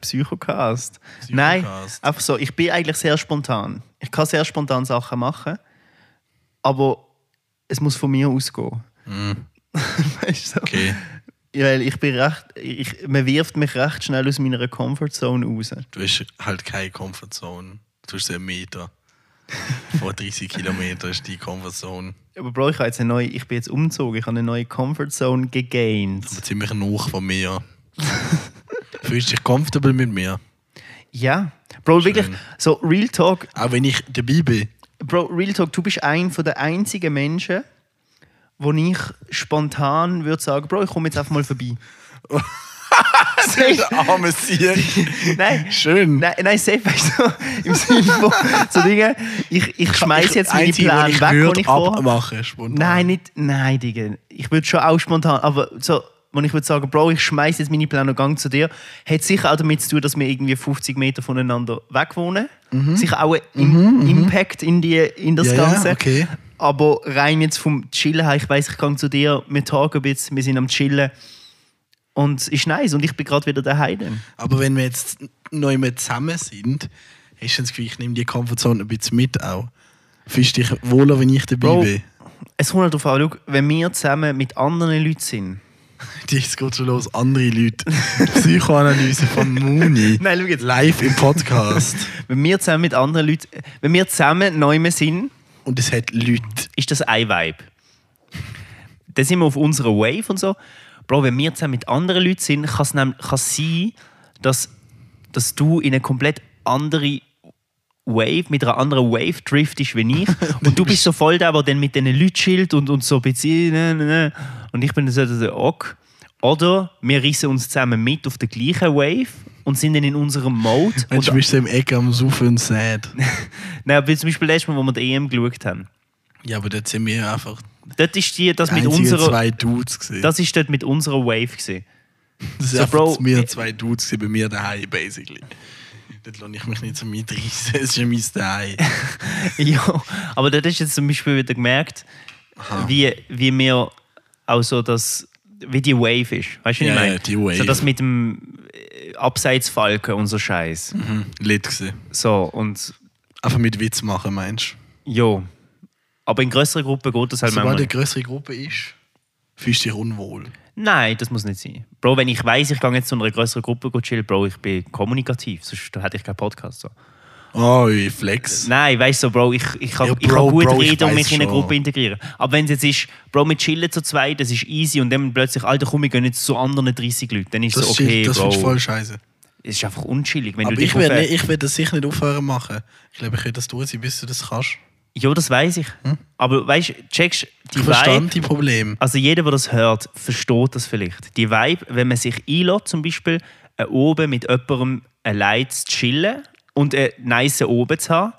Speaker 1: Psychocast. Nein,
Speaker 2: Psychocast.
Speaker 1: einfach so. Ich bin eigentlich sehr spontan. Ich kann sehr spontan Sachen machen, aber es muss von mir ausgehen.
Speaker 2: Mhm.
Speaker 1: weißt du?
Speaker 2: Okay,
Speaker 1: Ja, weil ich bin recht, ich, man wirft mich recht schnell aus meiner Comfortzone raus.
Speaker 2: du hast halt keine Comfortzone. Du hast einen Meter. Vor 30 Kilometern ist die Comfortzone.
Speaker 1: Aber Bro, ich, habe jetzt eine neue, ich bin jetzt umgezogen, ich habe eine neue Comfortzone gegaint.
Speaker 2: Aber Also ziemlich hoch von mir. Fühlst du dich comfortable mit mir?
Speaker 1: Ja, Bro, wirklich, so Real Talk,
Speaker 2: Auch wenn ich dabei bin.
Speaker 1: Bro, Real Talk, du bist ein von der einzigen Menschen, wo ich spontan würde sagen, Bro, ich komme jetzt einfach mal vorbei. Safe.
Speaker 2: Arme Sieg.
Speaker 1: Nein.
Speaker 2: Schön.
Speaker 1: Nein, nein, safe, weißt du, im Sinne von so Dinge, ich, ich schmeiß jetzt meine
Speaker 2: Einzige,
Speaker 1: Pläne
Speaker 2: was
Speaker 1: weg,
Speaker 2: würde
Speaker 1: die ich vorhabe.
Speaker 2: abmachen, spontan.
Speaker 1: Nein, nicht, nein, Digga. Ich würde schon auch spontan, aber so, wenn ich würde sagen, Bro, ich schmeiß jetzt meine Pläne und gang zu dir, hat sicher auch damit zu tun, dass wir irgendwie 50 Meter voneinander weg wohnen. Sicher auch ein Im Impact in, die, in das
Speaker 2: Ja, ja,
Speaker 1: Ganze.
Speaker 2: okay.
Speaker 1: Aber rein jetzt vom Chillen her, ich weiß, ich gang zu dir, wir tagen ein bisschen, wir sind am Chillen. Und es ist nice und ich bin gerade wieder daheim. dann.
Speaker 2: Aber wenn wir jetzt neu mit zusammen sind, hast du das Gefühl, ich nehme die Komfortzone ein bisschen mit auch. Fühlst du dich wohler, wenn ich dabei
Speaker 1: Bro.
Speaker 2: bin?
Speaker 1: Es kommt halt darauf an, schau, wenn wir zusammen mit anderen Leuten sind.
Speaker 2: Jetzt geht schon los, andere Leute. Psychoanalyse von Muni.
Speaker 1: Nein, schau jetzt.
Speaker 2: Live im Podcast.
Speaker 1: Wenn wir zusammen mit anderen Leuten, wenn wir zusammen neu mehr sind,
Speaker 2: Und es hat Leute.
Speaker 1: ist das ein Vibe. Dann sind wir auf unserer Wave und so. Bro, wenn wir zusammen mit anderen Leuten sind, kann es nehm- kann es sein, dass, dass du in eine komplett andere Wave, mit einer anderen Wave driftest wie ich. Und du bist so voll da, aber dann mit diesen Leuten chillt und, und so ein bisschen. ne, ne, ne. Und ich bin so, so, so ok. Oder wir rissen uns zusammen mit auf der gleichen Wave und sind dann in unserem Mode.
Speaker 2: Mensch, du
Speaker 1: Und,
Speaker 2: bist so im Eck am Saufen und sad.
Speaker 1: nein, wie zum Beispiel letztes Mal, wo wir die EM geschaut haben.
Speaker 2: Ja, aber dort sind wir einfach
Speaker 1: Dort ist die, das
Speaker 2: die
Speaker 1: mit
Speaker 2: einzigen
Speaker 1: unserer.
Speaker 2: zwei Dudes gewesen.
Speaker 1: Das war dort mit unserer Wave. Gewesen.
Speaker 2: Das
Speaker 1: So,
Speaker 2: sind
Speaker 1: Bro,
Speaker 2: so, mir
Speaker 1: äh,
Speaker 2: zwei Dudes gewesen bei mir daheim, basically. Dort lasse ich mich nicht so mitreißen, es ist ja mein Daheim.
Speaker 1: ja, aber dort hast du jetzt zum Beispiel wieder gemerkt, wie, wie mir auch so das, wie die Wave ist. Weißt du, wie
Speaker 2: Ja,
Speaker 1: ich meine?
Speaker 2: ja, die Wave.
Speaker 1: So das mit dem äh, Abseitsfalken und so Scheiß.
Speaker 2: Mhm. Lit gewesen.
Speaker 1: So, und
Speaker 2: Einfach mit Witz machen, meinst du?
Speaker 1: ja. Aber in größeren Gruppen geht das halt
Speaker 2: Sobald
Speaker 1: manchmal.
Speaker 2: eine größere Gruppe ist, fühlst du dich unwohl.
Speaker 1: Nein, das muss nicht sein. Bro, wenn ich weiß, ich gehe jetzt zu einer größeren Gruppe go chillen, Bro, ich bin kommunikativ, sonst hätte ich keinen Podcast. So.
Speaker 2: Oh, ich flex.
Speaker 1: Nein, weißt du, Bro, ich, ich kann,
Speaker 2: Ja,
Speaker 1: ich kann
Speaker 2: Bro,
Speaker 1: gut
Speaker 2: Bro, ich
Speaker 1: reden und mich
Speaker 2: weiss
Speaker 1: in eine
Speaker 2: schon.
Speaker 1: Gruppe integrieren. Aber wenn es jetzt ist, Bro, wir chillen zu zweit, das ist easy und dann plötzlich, Alter, komm, wir gehen jetzt zu anderen 30 Leuten, dann ist
Speaker 2: Das,
Speaker 1: es okay,
Speaker 2: ist, das
Speaker 1: Bro.
Speaker 2: finde ich voll scheiße.
Speaker 1: Es ist einfach unchillig, wenn
Speaker 2: Aber
Speaker 1: du dich
Speaker 2: ich werde
Speaker 1: aufhörst.
Speaker 2: nicht- ich werde das sicher nicht aufhören machen. Ich glaube, ich werde das durchziehen, bis du das kannst.
Speaker 1: Ja, das weiß ich. Aber weißt du, checkst die
Speaker 2: Ich Hm?
Speaker 1: Vibe,
Speaker 2: verstand die Probleme.
Speaker 1: also jeder, der das hört, versteht das vielleicht. Die Vibe, wenn man sich einlädt, zum Beispiel äh, oben mit jemandem allein zu chillen und einen nice oben zu haben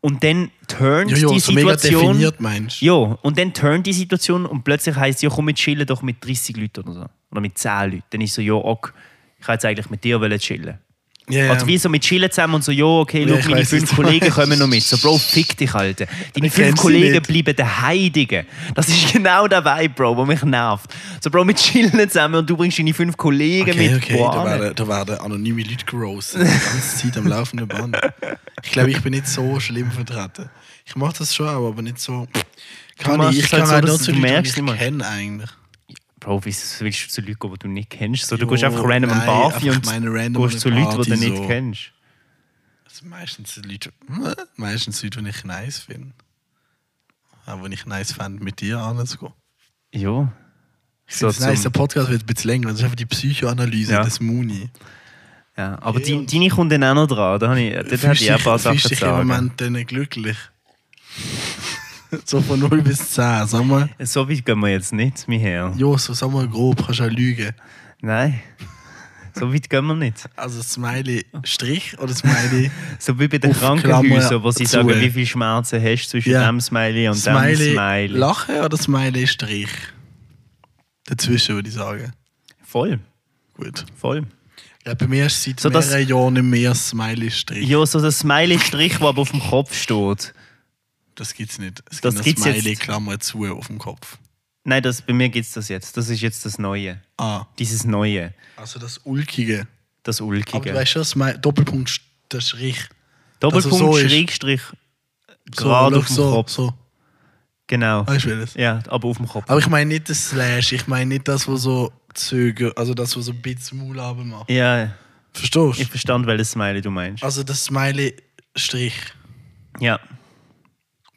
Speaker 1: und dann turnt
Speaker 2: Jojo,
Speaker 1: die
Speaker 2: so also mega
Speaker 1: Situation...
Speaker 2: definiert meinst du?
Speaker 1: Ja, und dann turnt die Situation und plötzlich heisst es, ja, komm, wir chillen doch mit 30 Leuten oder so. Oder mit 10 Leuten. Dann ist so, ja, okay, ich wollte jetzt eigentlich mit dir wollen chillen.
Speaker 2: Ja,
Speaker 1: Also
Speaker 2: ja.
Speaker 1: wie so mit Chillen zusammen und so, ja, okay,
Speaker 2: Ja,
Speaker 1: schau,
Speaker 2: ich
Speaker 1: meine
Speaker 2: weiss,
Speaker 1: fünf
Speaker 2: was du
Speaker 1: Kollegen
Speaker 2: meinst.
Speaker 1: kommen noch mit. So, Bro, fick dich, Alter. Deine
Speaker 2: Ich
Speaker 1: fünf
Speaker 2: kenn sie
Speaker 1: Kollegen
Speaker 2: nicht.
Speaker 1: bleiben der Heidige. Das ist genau der Vibe, Bro, der mich nervt. So, Bro, wir chillen zusammen und du bringst deine fünf Kollegen
Speaker 2: Okay,
Speaker 1: mit.
Speaker 2: okay,
Speaker 1: Boah,
Speaker 2: da
Speaker 1: Mann.
Speaker 2: werden, da werden anonyme Leute gross. Die ganze Zeit am laufenden Band. Ich glaube, ich bin nicht so schlimm vertreten. Ich mache das schon auch, aber nicht so. Kann
Speaker 1: machst
Speaker 2: ich,
Speaker 1: es
Speaker 2: ich
Speaker 1: halt
Speaker 2: kann
Speaker 1: so,
Speaker 2: auch
Speaker 1: dass
Speaker 2: nur
Speaker 1: du
Speaker 2: zu Leuten,
Speaker 1: merkst
Speaker 2: die
Speaker 1: immer.
Speaker 2: ich kenne eigentlich.
Speaker 1: Bro, wieso willst du zu Leuten gehen, die du nicht kennst? So, du
Speaker 2: Jo,
Speaker 1: gehst einfach random an
Speaker 2: nein,
Speaker 1: Barfi
Speaker 2: einfach
Speaker 1: und
Speaker 2: meine random
Speaker 1: gehst zu
Speaker 2: an
Speaker 1: Leuten, die du
Speaker 2: Party,
Speaker 1: nicht
Speaker 2: so.
Speaker 1: kennst.
Speaker 2: Also meistens die Leute, meistens Leute, die ich nice finde. Auch wenn ich nice fände, mit dir anzugehen.
Speaker 1: Ja.
Speaker 2: Ich finde es
Speaker 1: So
Speaker 2: nice,
Speaker 1: zum-
Speaker 2: der Podcast wird ein bisschen länger. Das ist einfach die Psychoanalyse
Speaker 1: Ja.
Speaker 2: des Muni.
Speaker 1: Ja, aber
Speaker 2: Ja,
Speaker 1: die,
Speaker 2: und-
Speaker 1: deine kommt dann auch noch dran. Da habe ich, dort hätte
Speaker 2: Fühlst
Speaker 1: ich auch ein
Speaker 2: dich-
Speaker 1: paar Sachen
Speaker 2: fühlst
Speaker 1: zu
Speaker 2: dich im
Speaker 1: sagen.
Speaker 2: Moment dann glücklich? so von 0 bis 10, sag mal.
Speaker 1: So weit gehen wir jetzt nicht, Michael.
Speaker 2: Jo, so sag mal grob, kannst du auch lügen.
Speaker 1: Nein. So weit gehen wir nicht.
Speaker 2: Also Smiley Strich oder Smiley?
Speaker 1: So wie bei den
Speaker 2: Auf
Speaker 1: Krankenhäusern,
Speaker 2: Klammer
Speaker 1: wo sie
Speaker 2: zu.
Speaker 1: sagen, wie viele Schmerzen hast du zwischen
Speaker 2: Ja.
Speaker 1: dem Smiley und dem
Speaker 2: Smiley,
Speaker 1: Smiley.
Speaker 2: Lachen oder Smiley Strich? Dazwischen würde ich sagen.
Speaker 1: Voll,
Speaker 2: Gut.
Speaker 1: voll.
Speaker 2: Ja, bei mir ist seit
Speaker 1: So, dass-
Speaker 2: mehreren Jahren nicht mehr Smiley Strich.
Speaker 1: Ja, so der Smiley-Strich, der aber auf dem Kopf steht.
Speaker 2: Das gibt's nicht. Es
Speaker 1: Das
Speaker 2: gibt
Speaker 1: gibt's
Speaker 2: eine Smiley
Speaker 1: jetzt.
Speaker 2: Klammer zu auf dem Kopf.
Speaker 1: Nein, das, bei mir gibt es das jetzt. Das ist jetzt das Neue.
Speaker 2: Ah,
Speaker 1: Dieses Neue.
Speaker 2: also das Ulkige.
Speaker 1: Das
Speaker 2: Aber du
Speaker 1: Ulkige.
Speaker 2: weißt schon, Smiley, Doppelpunkt Sch- der Strich.
Speaker 1: Doppelpunkt,
Speaker 2: dass er so ist.
Speaker 1: Schrägstrich, gerade
Speaker 2: schau,
Speaker 1: auf dem
Speaker 2: so, Ah,
Speaker 1: Kopf.
Speaker 2: So.
Speaker 1: Genau.
Speaker 2: Weißt du welches?
Speaker 1: Ja, aber auf dem Kopf.
Speaker 2: Aber ich meine nicht das Slash, ich meine nicht das, was so Zöger, also das, was so ein bisschen Maulhaben macht.
Speaker 1: Ja,
Speaker 2: Verstehst du?
Speaker 1: ich verstand, welches Smiley du meinst.
Speaker 2: Also das Smiley-Strich,
Speaker 1: Ja.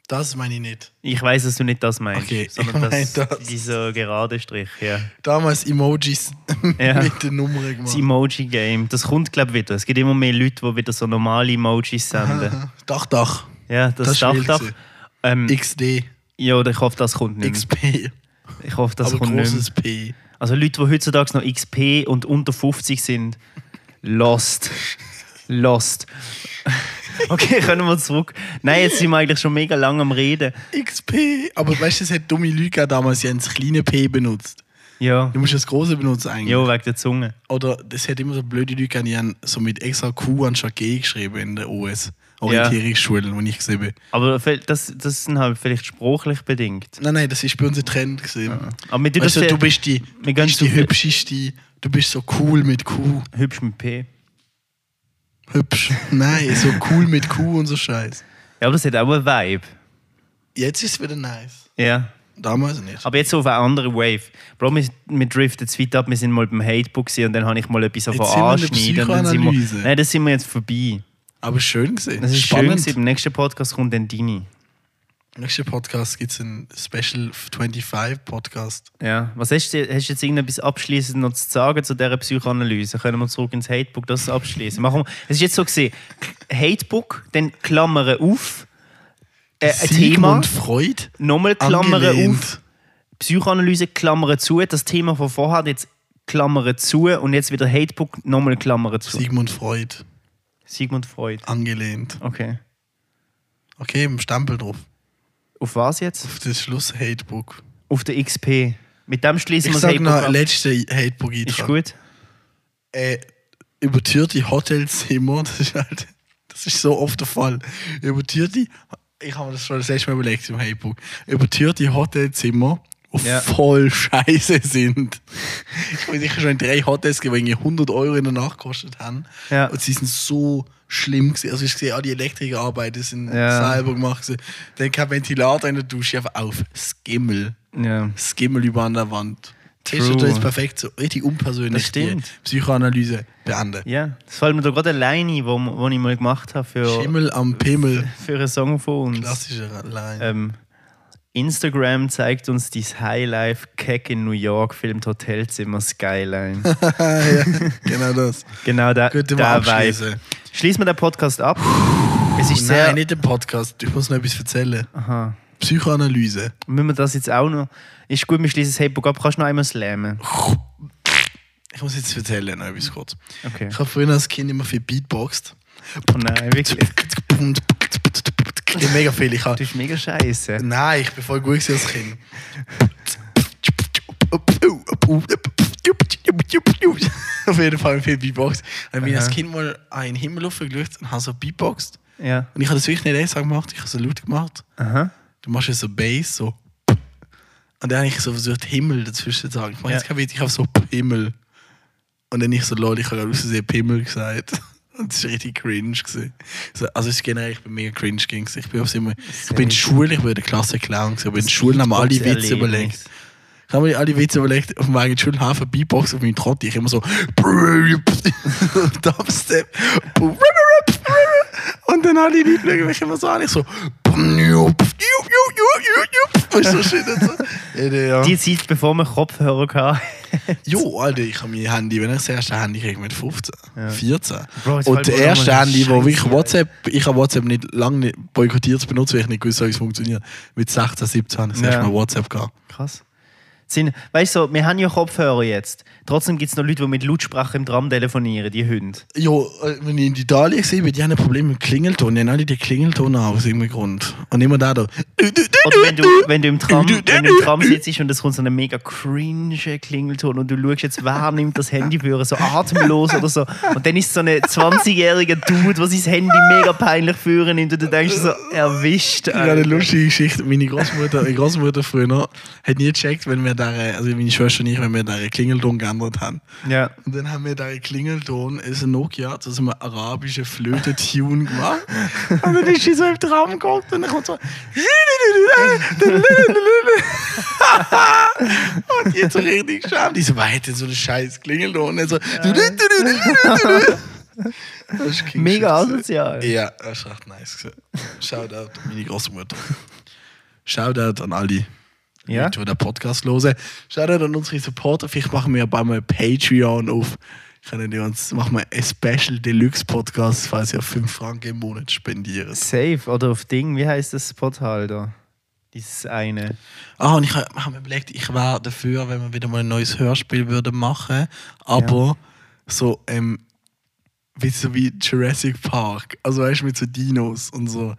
Speaker 2: das meine ich nicht.
Speaker 1: Ich weiß, dass du nicht das meinst,
Speaker 2: Okay, ich
Speaker 1: sondern das,
Speaker 2: mein das.
Speaker 1: dieser gerade Strich, ja.
Speaker 2: Damals Emojis
Speaker 1: Ja.
Speaker 2: mit den Nummern
Speaker 1: Das
Speaker 2: gemacht.
Speaker 1: Emoji-Game, das kommt, glaube ich, wieder. Es gibt immer mehr Leute, die wieder so normale Emojis senden.
Speaker 2: Dach, Dach,
Speaker 1: ja, das
Speaker 2: das ist
Speaker 1: darf
Speaker 2: wild
Speaker 1: doch.
Speaker 2: gewesen.
Speaker 1: Ähm,
Speaker 2: XD,
Speaker 1: ja, oder ich hoffe, das kommt nicht mehr.
Speaker 2: XP,
Speaker 1: Ich hoffe, das
Speaker 2: aber
Speaker 1: kommt nicht mehr.
Speaker 2: großes P.
Speaker 1: Also Leute, die heutzutage noch XP und unter 50 sind, lost. Lost. Okay, können wir zurück. Nein, jetzt sind wir eigentlich schon mega lang am Reden.
Speaker 2: XP, aber weißt du, es hat dumme Leute gegeben damals, die haben das kleine P benutzt.
Speaker 1: Ja,
Speaker 2: Du musst das große benutzen eigentlich.
Speaker 1: ja wegen der Zunge.
Speaker 2: Oder es hat immer so blöde Leute gegeben, die haben so mit extra Q anstatt G geschrieben in der OS. Orientierungsschulen, wo ich gesehen bin.
Speaker 1: Aber das, das sind halt vielleicht sprachlich bedingt.
Speaker 2: Nein, nein, das ist bei uns ein Trend gesehen.
Speaker 1: Aber wir tun
Speaker 2: Weißt
Speaker 1: das
Speaker 2: du,
Speaker 1: ja-
Speaker 2: du bist die, du
Speaker 1: wir gehen
Speaker 2: bist
Speaker 1: zu-
Speaker 2: die hübscheste, du bist so cool mit Q.
Speaker 1: Hübsch mit P.
Speaker 2: Hübsch. Nein, so cool mit Q und so Scheiß.
Speaker 1: Ja, aber das hat auch einen Vibe.
Speaker 2: Jetzt ist es wieder nice.
Speaker 1: Ja.
Speaker 2: Damals nicht.
Speaker 1: Aber jetzt so auf eine andere Wave. Bro, wir, wir driften zu weit ab. Wir sind mal beim Hatebook gewesen und dann habe ich mal etwas davon
Speaker 2: Jetzt sind wir in der
Speaker 1: anschneiden. und dann sind wir,
Speaker 2: Psychoanalyse.
Speaker 1: nein, das sind wir jetzt vorbei.
Speaker 2: Aber schön gesehen.
Speaker 1: Das ist schön.
Speaker 2: Spannend.
Speaker 1: gewesen. Im nächsten Podcast kommt dann deine.
Speaker 2: Im nächsten Podcast gibt es einen Special 25 Podcast.
Speaker 1: Ja. Was hast du, hast du jetzt irgendetwas abschließend noch zu sagen zu dieser Psychoanalyse? Können wir zurück ins Hatebook das abschließen? Machen wir. Es ist jetzt so gesehen: Hatebook, dann Klammern auf. Äh, ein Thema,
Speaker 2: Sigmund Freud.
Speaker 1: nochmal Klammern
Speaker 2: angelehnt.
Speaker 1: auf. Psychoanalyse, Klammern zu, das Thema von vorher, jetzt Klammern zu und jetzt wieder Hatebook, nochmal Klammern zu.
Speaker 2: Sigmund Freud
Speaker 1: Sigmund Freud.
Speaker 2: angelehnt.
Speaker 1: Okay.
Speaker 2: Okay, im Stempel drauf.
Speaker 1: Auf was jetzt?
Speaker 2: Auf das Schluss Hatebook.
Speaker 1: Auf der XP. Mit dem schließen
Speaker 2: Ich
Speaker 1: wir das
Speaker 2: sag
Speaker 1: Hatebook
Speaker 2: noch
Speaker 1: ab.
Speaker 2: letzte Hatebook
Speaker 1: Ist gut.
Speaker 2: Äh, übertürte Hotelzimmer, das ist halt, das ist so oft der Fall. Übertürte, ich habe mir das schon das letzte Mal überlegt im Hatebook. Übertürte Hotelzimmer, die
Speaker 1: Ja.
Speaker 2: voll Scheiße sind. Ich habe sicher schon in drei Hotels gegeben, die 100 Euro in der Nacht gekostet haben.
Speaker 1: Ja.
Speaker 2: Und sie sind so schlimm gewesen. Also ich sehe, auch die Elektrikerarbeiten sind
Speaker 1: Ja.
Speaker 2: selber gemacht. gewesen. Dann kein Ventilator in der Dusche, einfach auf Skimmel.
Speaker 1: Ja.
Speaker 2: Skimmel über an der Wand. T-Shirt
Speaker 1: True.
Speaker 2: ist perfekt, so richtig unpersönlich.
Speaker 1: Das stimmt.
Speaker 2: Die Psychoanalyse beenden.
Speaker 1: Ja, das fällt mir da gerade alleine, wo, wo ich mal gemacht habe für,
Speaker 2: Schimmel am Pimmel.
Speaker 1: für einen Song von uns.
Speaker 2: Klassischer Line.
Speaker 1: Ähm, Instagram zeigt uns die Highlife Keck in New York, filmt Hotelzimmer Skyline.
Speaker 2: Genau das.
Speaker 1: Genau da,
Speaker 2: Gut, immer
Speaker 1: da Vibe.
Speaker 2: abschließen.
Speaker 1: Schließen wir den Podcast ab. Es ist sehr.
Speaker 2: oh Nein, nicht im Podcast. Ich muss noch etwas erzählen.
Speaker 1: Aha.
Speaker 2: Psychoanalyse.
Speaker 1: Müssen wir das jetzt auch noch? Ist gut, wir schließen das Heybook ab. Kannst du noch einmal slammen?
Speaker 2: Ich muss jetzt erzählen, noch etwas kurz.
Speaker 1: Okay.
Speaker 2: Ich habe früher als Kind immer viel Beatboxt.
Speaker 1: Oh nein, wirklich.
Speaker 2: Ich mega viel. Ich hab,
Speaker 1: Das ist mega scheiße.
Speaker 2: Nein, ich bin voll gut gewesen als Kind. Auf jeden Fall viel Beatbox. Ich bin als Kind mal an den Himmel hochgeschaut und habe so Beatboxt.
Speaker 1: Ja.
Speaker 2: Und ich habe das wirklich nicht extra gemacht, ich habe so laut gemacht.
Speaker 1: Aha.
Speaker 2: Du machst ja so Bass, so. Und dann habe ich so versucht, Himmel dazwischen zu sagen. Ich mache
Speaker 1: Ja.
Speaker 2: jetzt kein Witz, ich habe so Himmel. Und dann nicht so, lol, ich habe gerade ausgesehen Himmel gesagt. Und das war richtig cringe. Gewesen. So, Also es ist generell, ich bin mega cringe. Gewesen. Ich bin, oft immer, ich bin in der Schule, ich bin der Klassenclown. gewesen. Ich bin in der Schule, habe mir alle Witze überlegt. Ich habe mir alle Witze überlegt, auf meinem schönen Hafen Beatbox auf meinem Trotti. Ich immer so Dubstep. Und dann alle Leute schauen mich immer so an. Ich so Und so shit und so. Ja, ja.
Speaker 1: Die Zeit, bevor wir Kopfhörer hatten.
Speaker 2: Jo, Alter, ich habe mein Handy, wenn ich das erste Handy kriege mit 15, 14.
Speaker 1: Bro, jetzt
Speaker 2: und das
Speaker 1: fällt mir auch
Speaker 2: erste
Speaker 1: noch mal
Speaker 2: Handy, wo
Speaker 1: Scheiße
Speaker 2: ich
Speaker 1: ein.
Speaker 2: WhatsApp, ich habe WhatsApp nicht lange nicht boykottiert zu benutzen, weil ich nicht gewusst habe, wie es funktioniert. Mit 16, 17 habe ich das
Speaker 1: Ja.
Speaker 2: erste Mal WhatsApp gehabt.
Speaker 1: Krass. Sind, weißt du, wir haben ja Kopfhörer jetzt. Trotzdem gibt es noch Leute, die mit Lautsprache im Tram telefonieren, die Hunde.
Speaker 2: Ja, äh, wenn ich in Italien sehe, die haben ein Problem mit Klingelton. Die haben alle die Klingelton auch aus irgendeinem Grund. Und immer da da.
Speaker 1: Oder wenn du, wenn du im Tram, wenn du im Tram sitzt und es kommt so ein mega cringe Klingelton und du schaust jetzt, wer nimmt das Handy für, so atemlos oder so. Und dann ist so ein 20-jähriger Dude, der sein Handy mega peinlich führen nimmt und du denkst so, erwischt.
Speaker 2: Ich habe eine
Speaker 1: Alter.
Speaker 2: lustige Geschichte. Meine Großmutter, meine Großmutter früher hat nie gecheckt, wenn wir da, also meine Schwester und ich, wenn wir da Klingelton geändert haben.
Speaker 1: Ja.
Speaker 2: Und dann haben wir da einen Klingelton, es ist ein Nokia, zu so einem arabischen Flöte-Tune gemacht. Und dann ist sie so im Traum geguckt und dann kommt so. und jetzt so richtig geschämt. Ich so, weiter so ein scheiß Klingelton. Und so. Das ist King
Speaker 1: Mega
Speaker 2: Shit.
Speaker 1: asozial.
Speaker 2: Ja, das ist echt nice. gewesen. Shoutout an meine Großmutter. Shoutout an alle
Speaker 1: Ja.
Speaker 2: Leute, die den Podcast hören. Shoutout an unsere Supporter. Vielleicht machen wir bald mal Patreon auf. Können die uns, machen wir einen Special Deluxe Podcast, falls ihr 5 Franken im Monat spendiert.
Speaker 1: Safe oder auf Ding, wie heißt das Portal da? Dieses eine.
Speaker 2: Ah, und ich habe hab mir überlegt, ich wäre dafür, wenn wir wieder mal ein neues Hörspiel würden machen, aber so, ähm, wie so wie Jurassic Park. Also weißt du, mit so Dinos und so.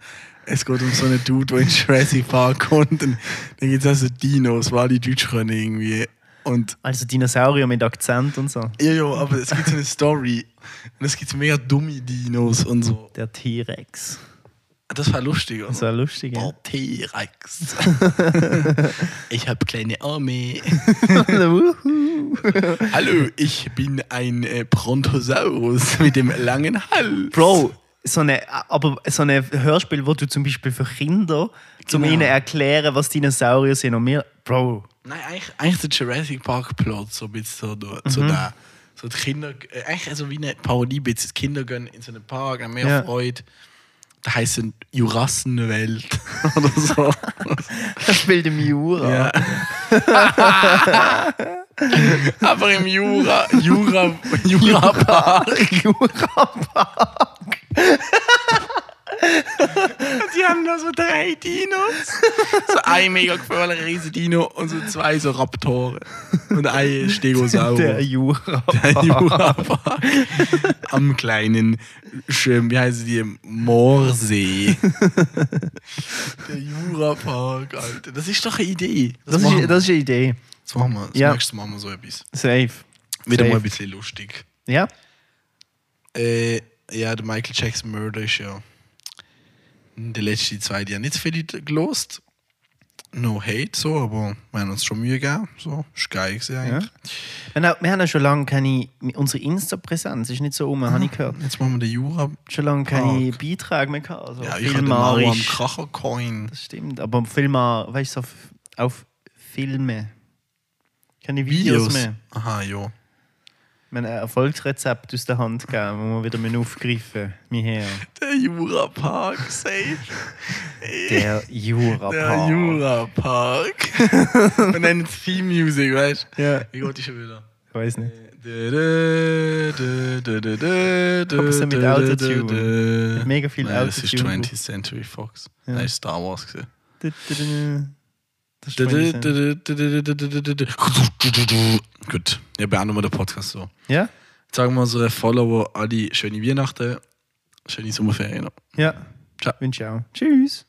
Speaker 2: Es geht um so einen Dude, der in Jurassic Park kommt. Und dann gibt es also Dinos, weil die Deutsch können irgendwie. Und
Speaker 1: Also Dinosaurier mit Akzent und so.
Speaker 2: ja, ja, aber es gibt so eine Story. Und es gibt so mega dumme Dinos und so.
Speaker 1: Der T-Rex.
Speaker 2: Das war lustig, oder?
Speaker 1: Das war lustig. Ja.
Speaker 2: Oh, T-Rex. ich habe kleine Arme. Hallo, ich bin ein äh, Brontosaurus mit dem langen Hals.
Speaker 1: Bro, so eine, aber so ein Hörspiel, wo du zum Beispiel für Kinder, zum
Speaker 2: Genau.
Speaker 1: ihnen erklären, was Dinosaurier sind und wir, Bro,
Speaker 2: Nein, eigentlich, eigentlich der Jurassic Park Plot, so ein bisschen so, da- so da. So die Kinder, äh, eigentlich also wie eine Parodie, ein bisschen. Die Kinder gehen in so einen Park, haben mehr
Speaker 1: Ja.
Speaker 2: Freude. Da heisst es Jurassenwelt oder so.
Speaker 1: das spielt im
Speaker 2: Ja.
Speaker 1: Jura.
Speaker 2: Aber im Jura, Jura, Jura Park. Die haben da so drei Dinos. So ein mega gefährlicher Riesendino und so zwei so Raptoren. Und ein Stegosaurus.
Speaker 1: Der Jura.
Speaker 2: Jurapark. Am kleinen, schön, wie heißt die? Moorsee. Der Jurapark, Alter. Das ist doch eine Idee.
Speaker 1: Das
Speaker 2: machen wir.
Speaker 1: ist, das ist eine Idee.
Speaker 2: das machen wir. Das
Speaker 1: Ja.
Speaker 2: nächste machen wir so etwas.
Speaker 1: Safe.
Speaker 2: Wieder
Speaker 1: Safe.
Speaker 2: mal ein bisschen lustig.
Speaker 1: Ja?
Speaker 2: Äh, ja, der Michael Jackson Murder ist ja in den letzten zwei Jahren nicht so viel gelost. No hate, so, aber wir haben uns schon Mühe gegeben. So, ist geil gewesen eigentlich.
Speaker 1: Wir haben auch- wir haben ja schon lange keine, unsere Insta-Präsenz ist nicht so um, habe ich gehört.
Speaker 2: Jetzt machen wir den Jura.
Speaker 1: Schon lange keine Beiträge mehr gehabt. Also
Speaker 2: Ja, ich habe den Mauer am
Speaker 1: filmarisch.
Speaker 2: Kracher Coin.
Speaker 1: Das stimmt, aber Filme, weißt du, auf, auf Filme. Keine Videos, mehr.
Speaker 2: Aha, ja.
Speaker 1: Mein Erfolgsrezept aus der Hand gegeben, wo wir wieder müssen aufgreifen müssen. Mein Herr.
Speaker 2: Der Jurapark, safe.
Speaker 1: Der Jura
Speaker 2: Der Jurapark. Und dann Theme Music, weißt du?
Speaker 1: Ja.
Speaker 2: Wie geht die schon wieder?
Speaker 1: Ich weiß nicht.
Speaker 2: Aber
Speaker 1: so mit Autotune. Mit mega viel
Speaker 2: Nein, das ist
Speaker 1: Autotune.
Speaker 2: 20th Century Fox. Nein, das ist Star Wars. gewesen.
Speaker 1: Du, du, du, du. Das ist mein Sinn.
Speaker 2: Gut, ja, beenden wir den Podcast so.
Speaker 1: Ja?
Speaker 2: Jetzt Sagen wir unseren Follower alle schöne Weihnachten, schöne Sommerferien.
Speaker 1: Ja.
Speaker 2: Ciao.
Speaker 1: Wünsche ich auch. Tschüss.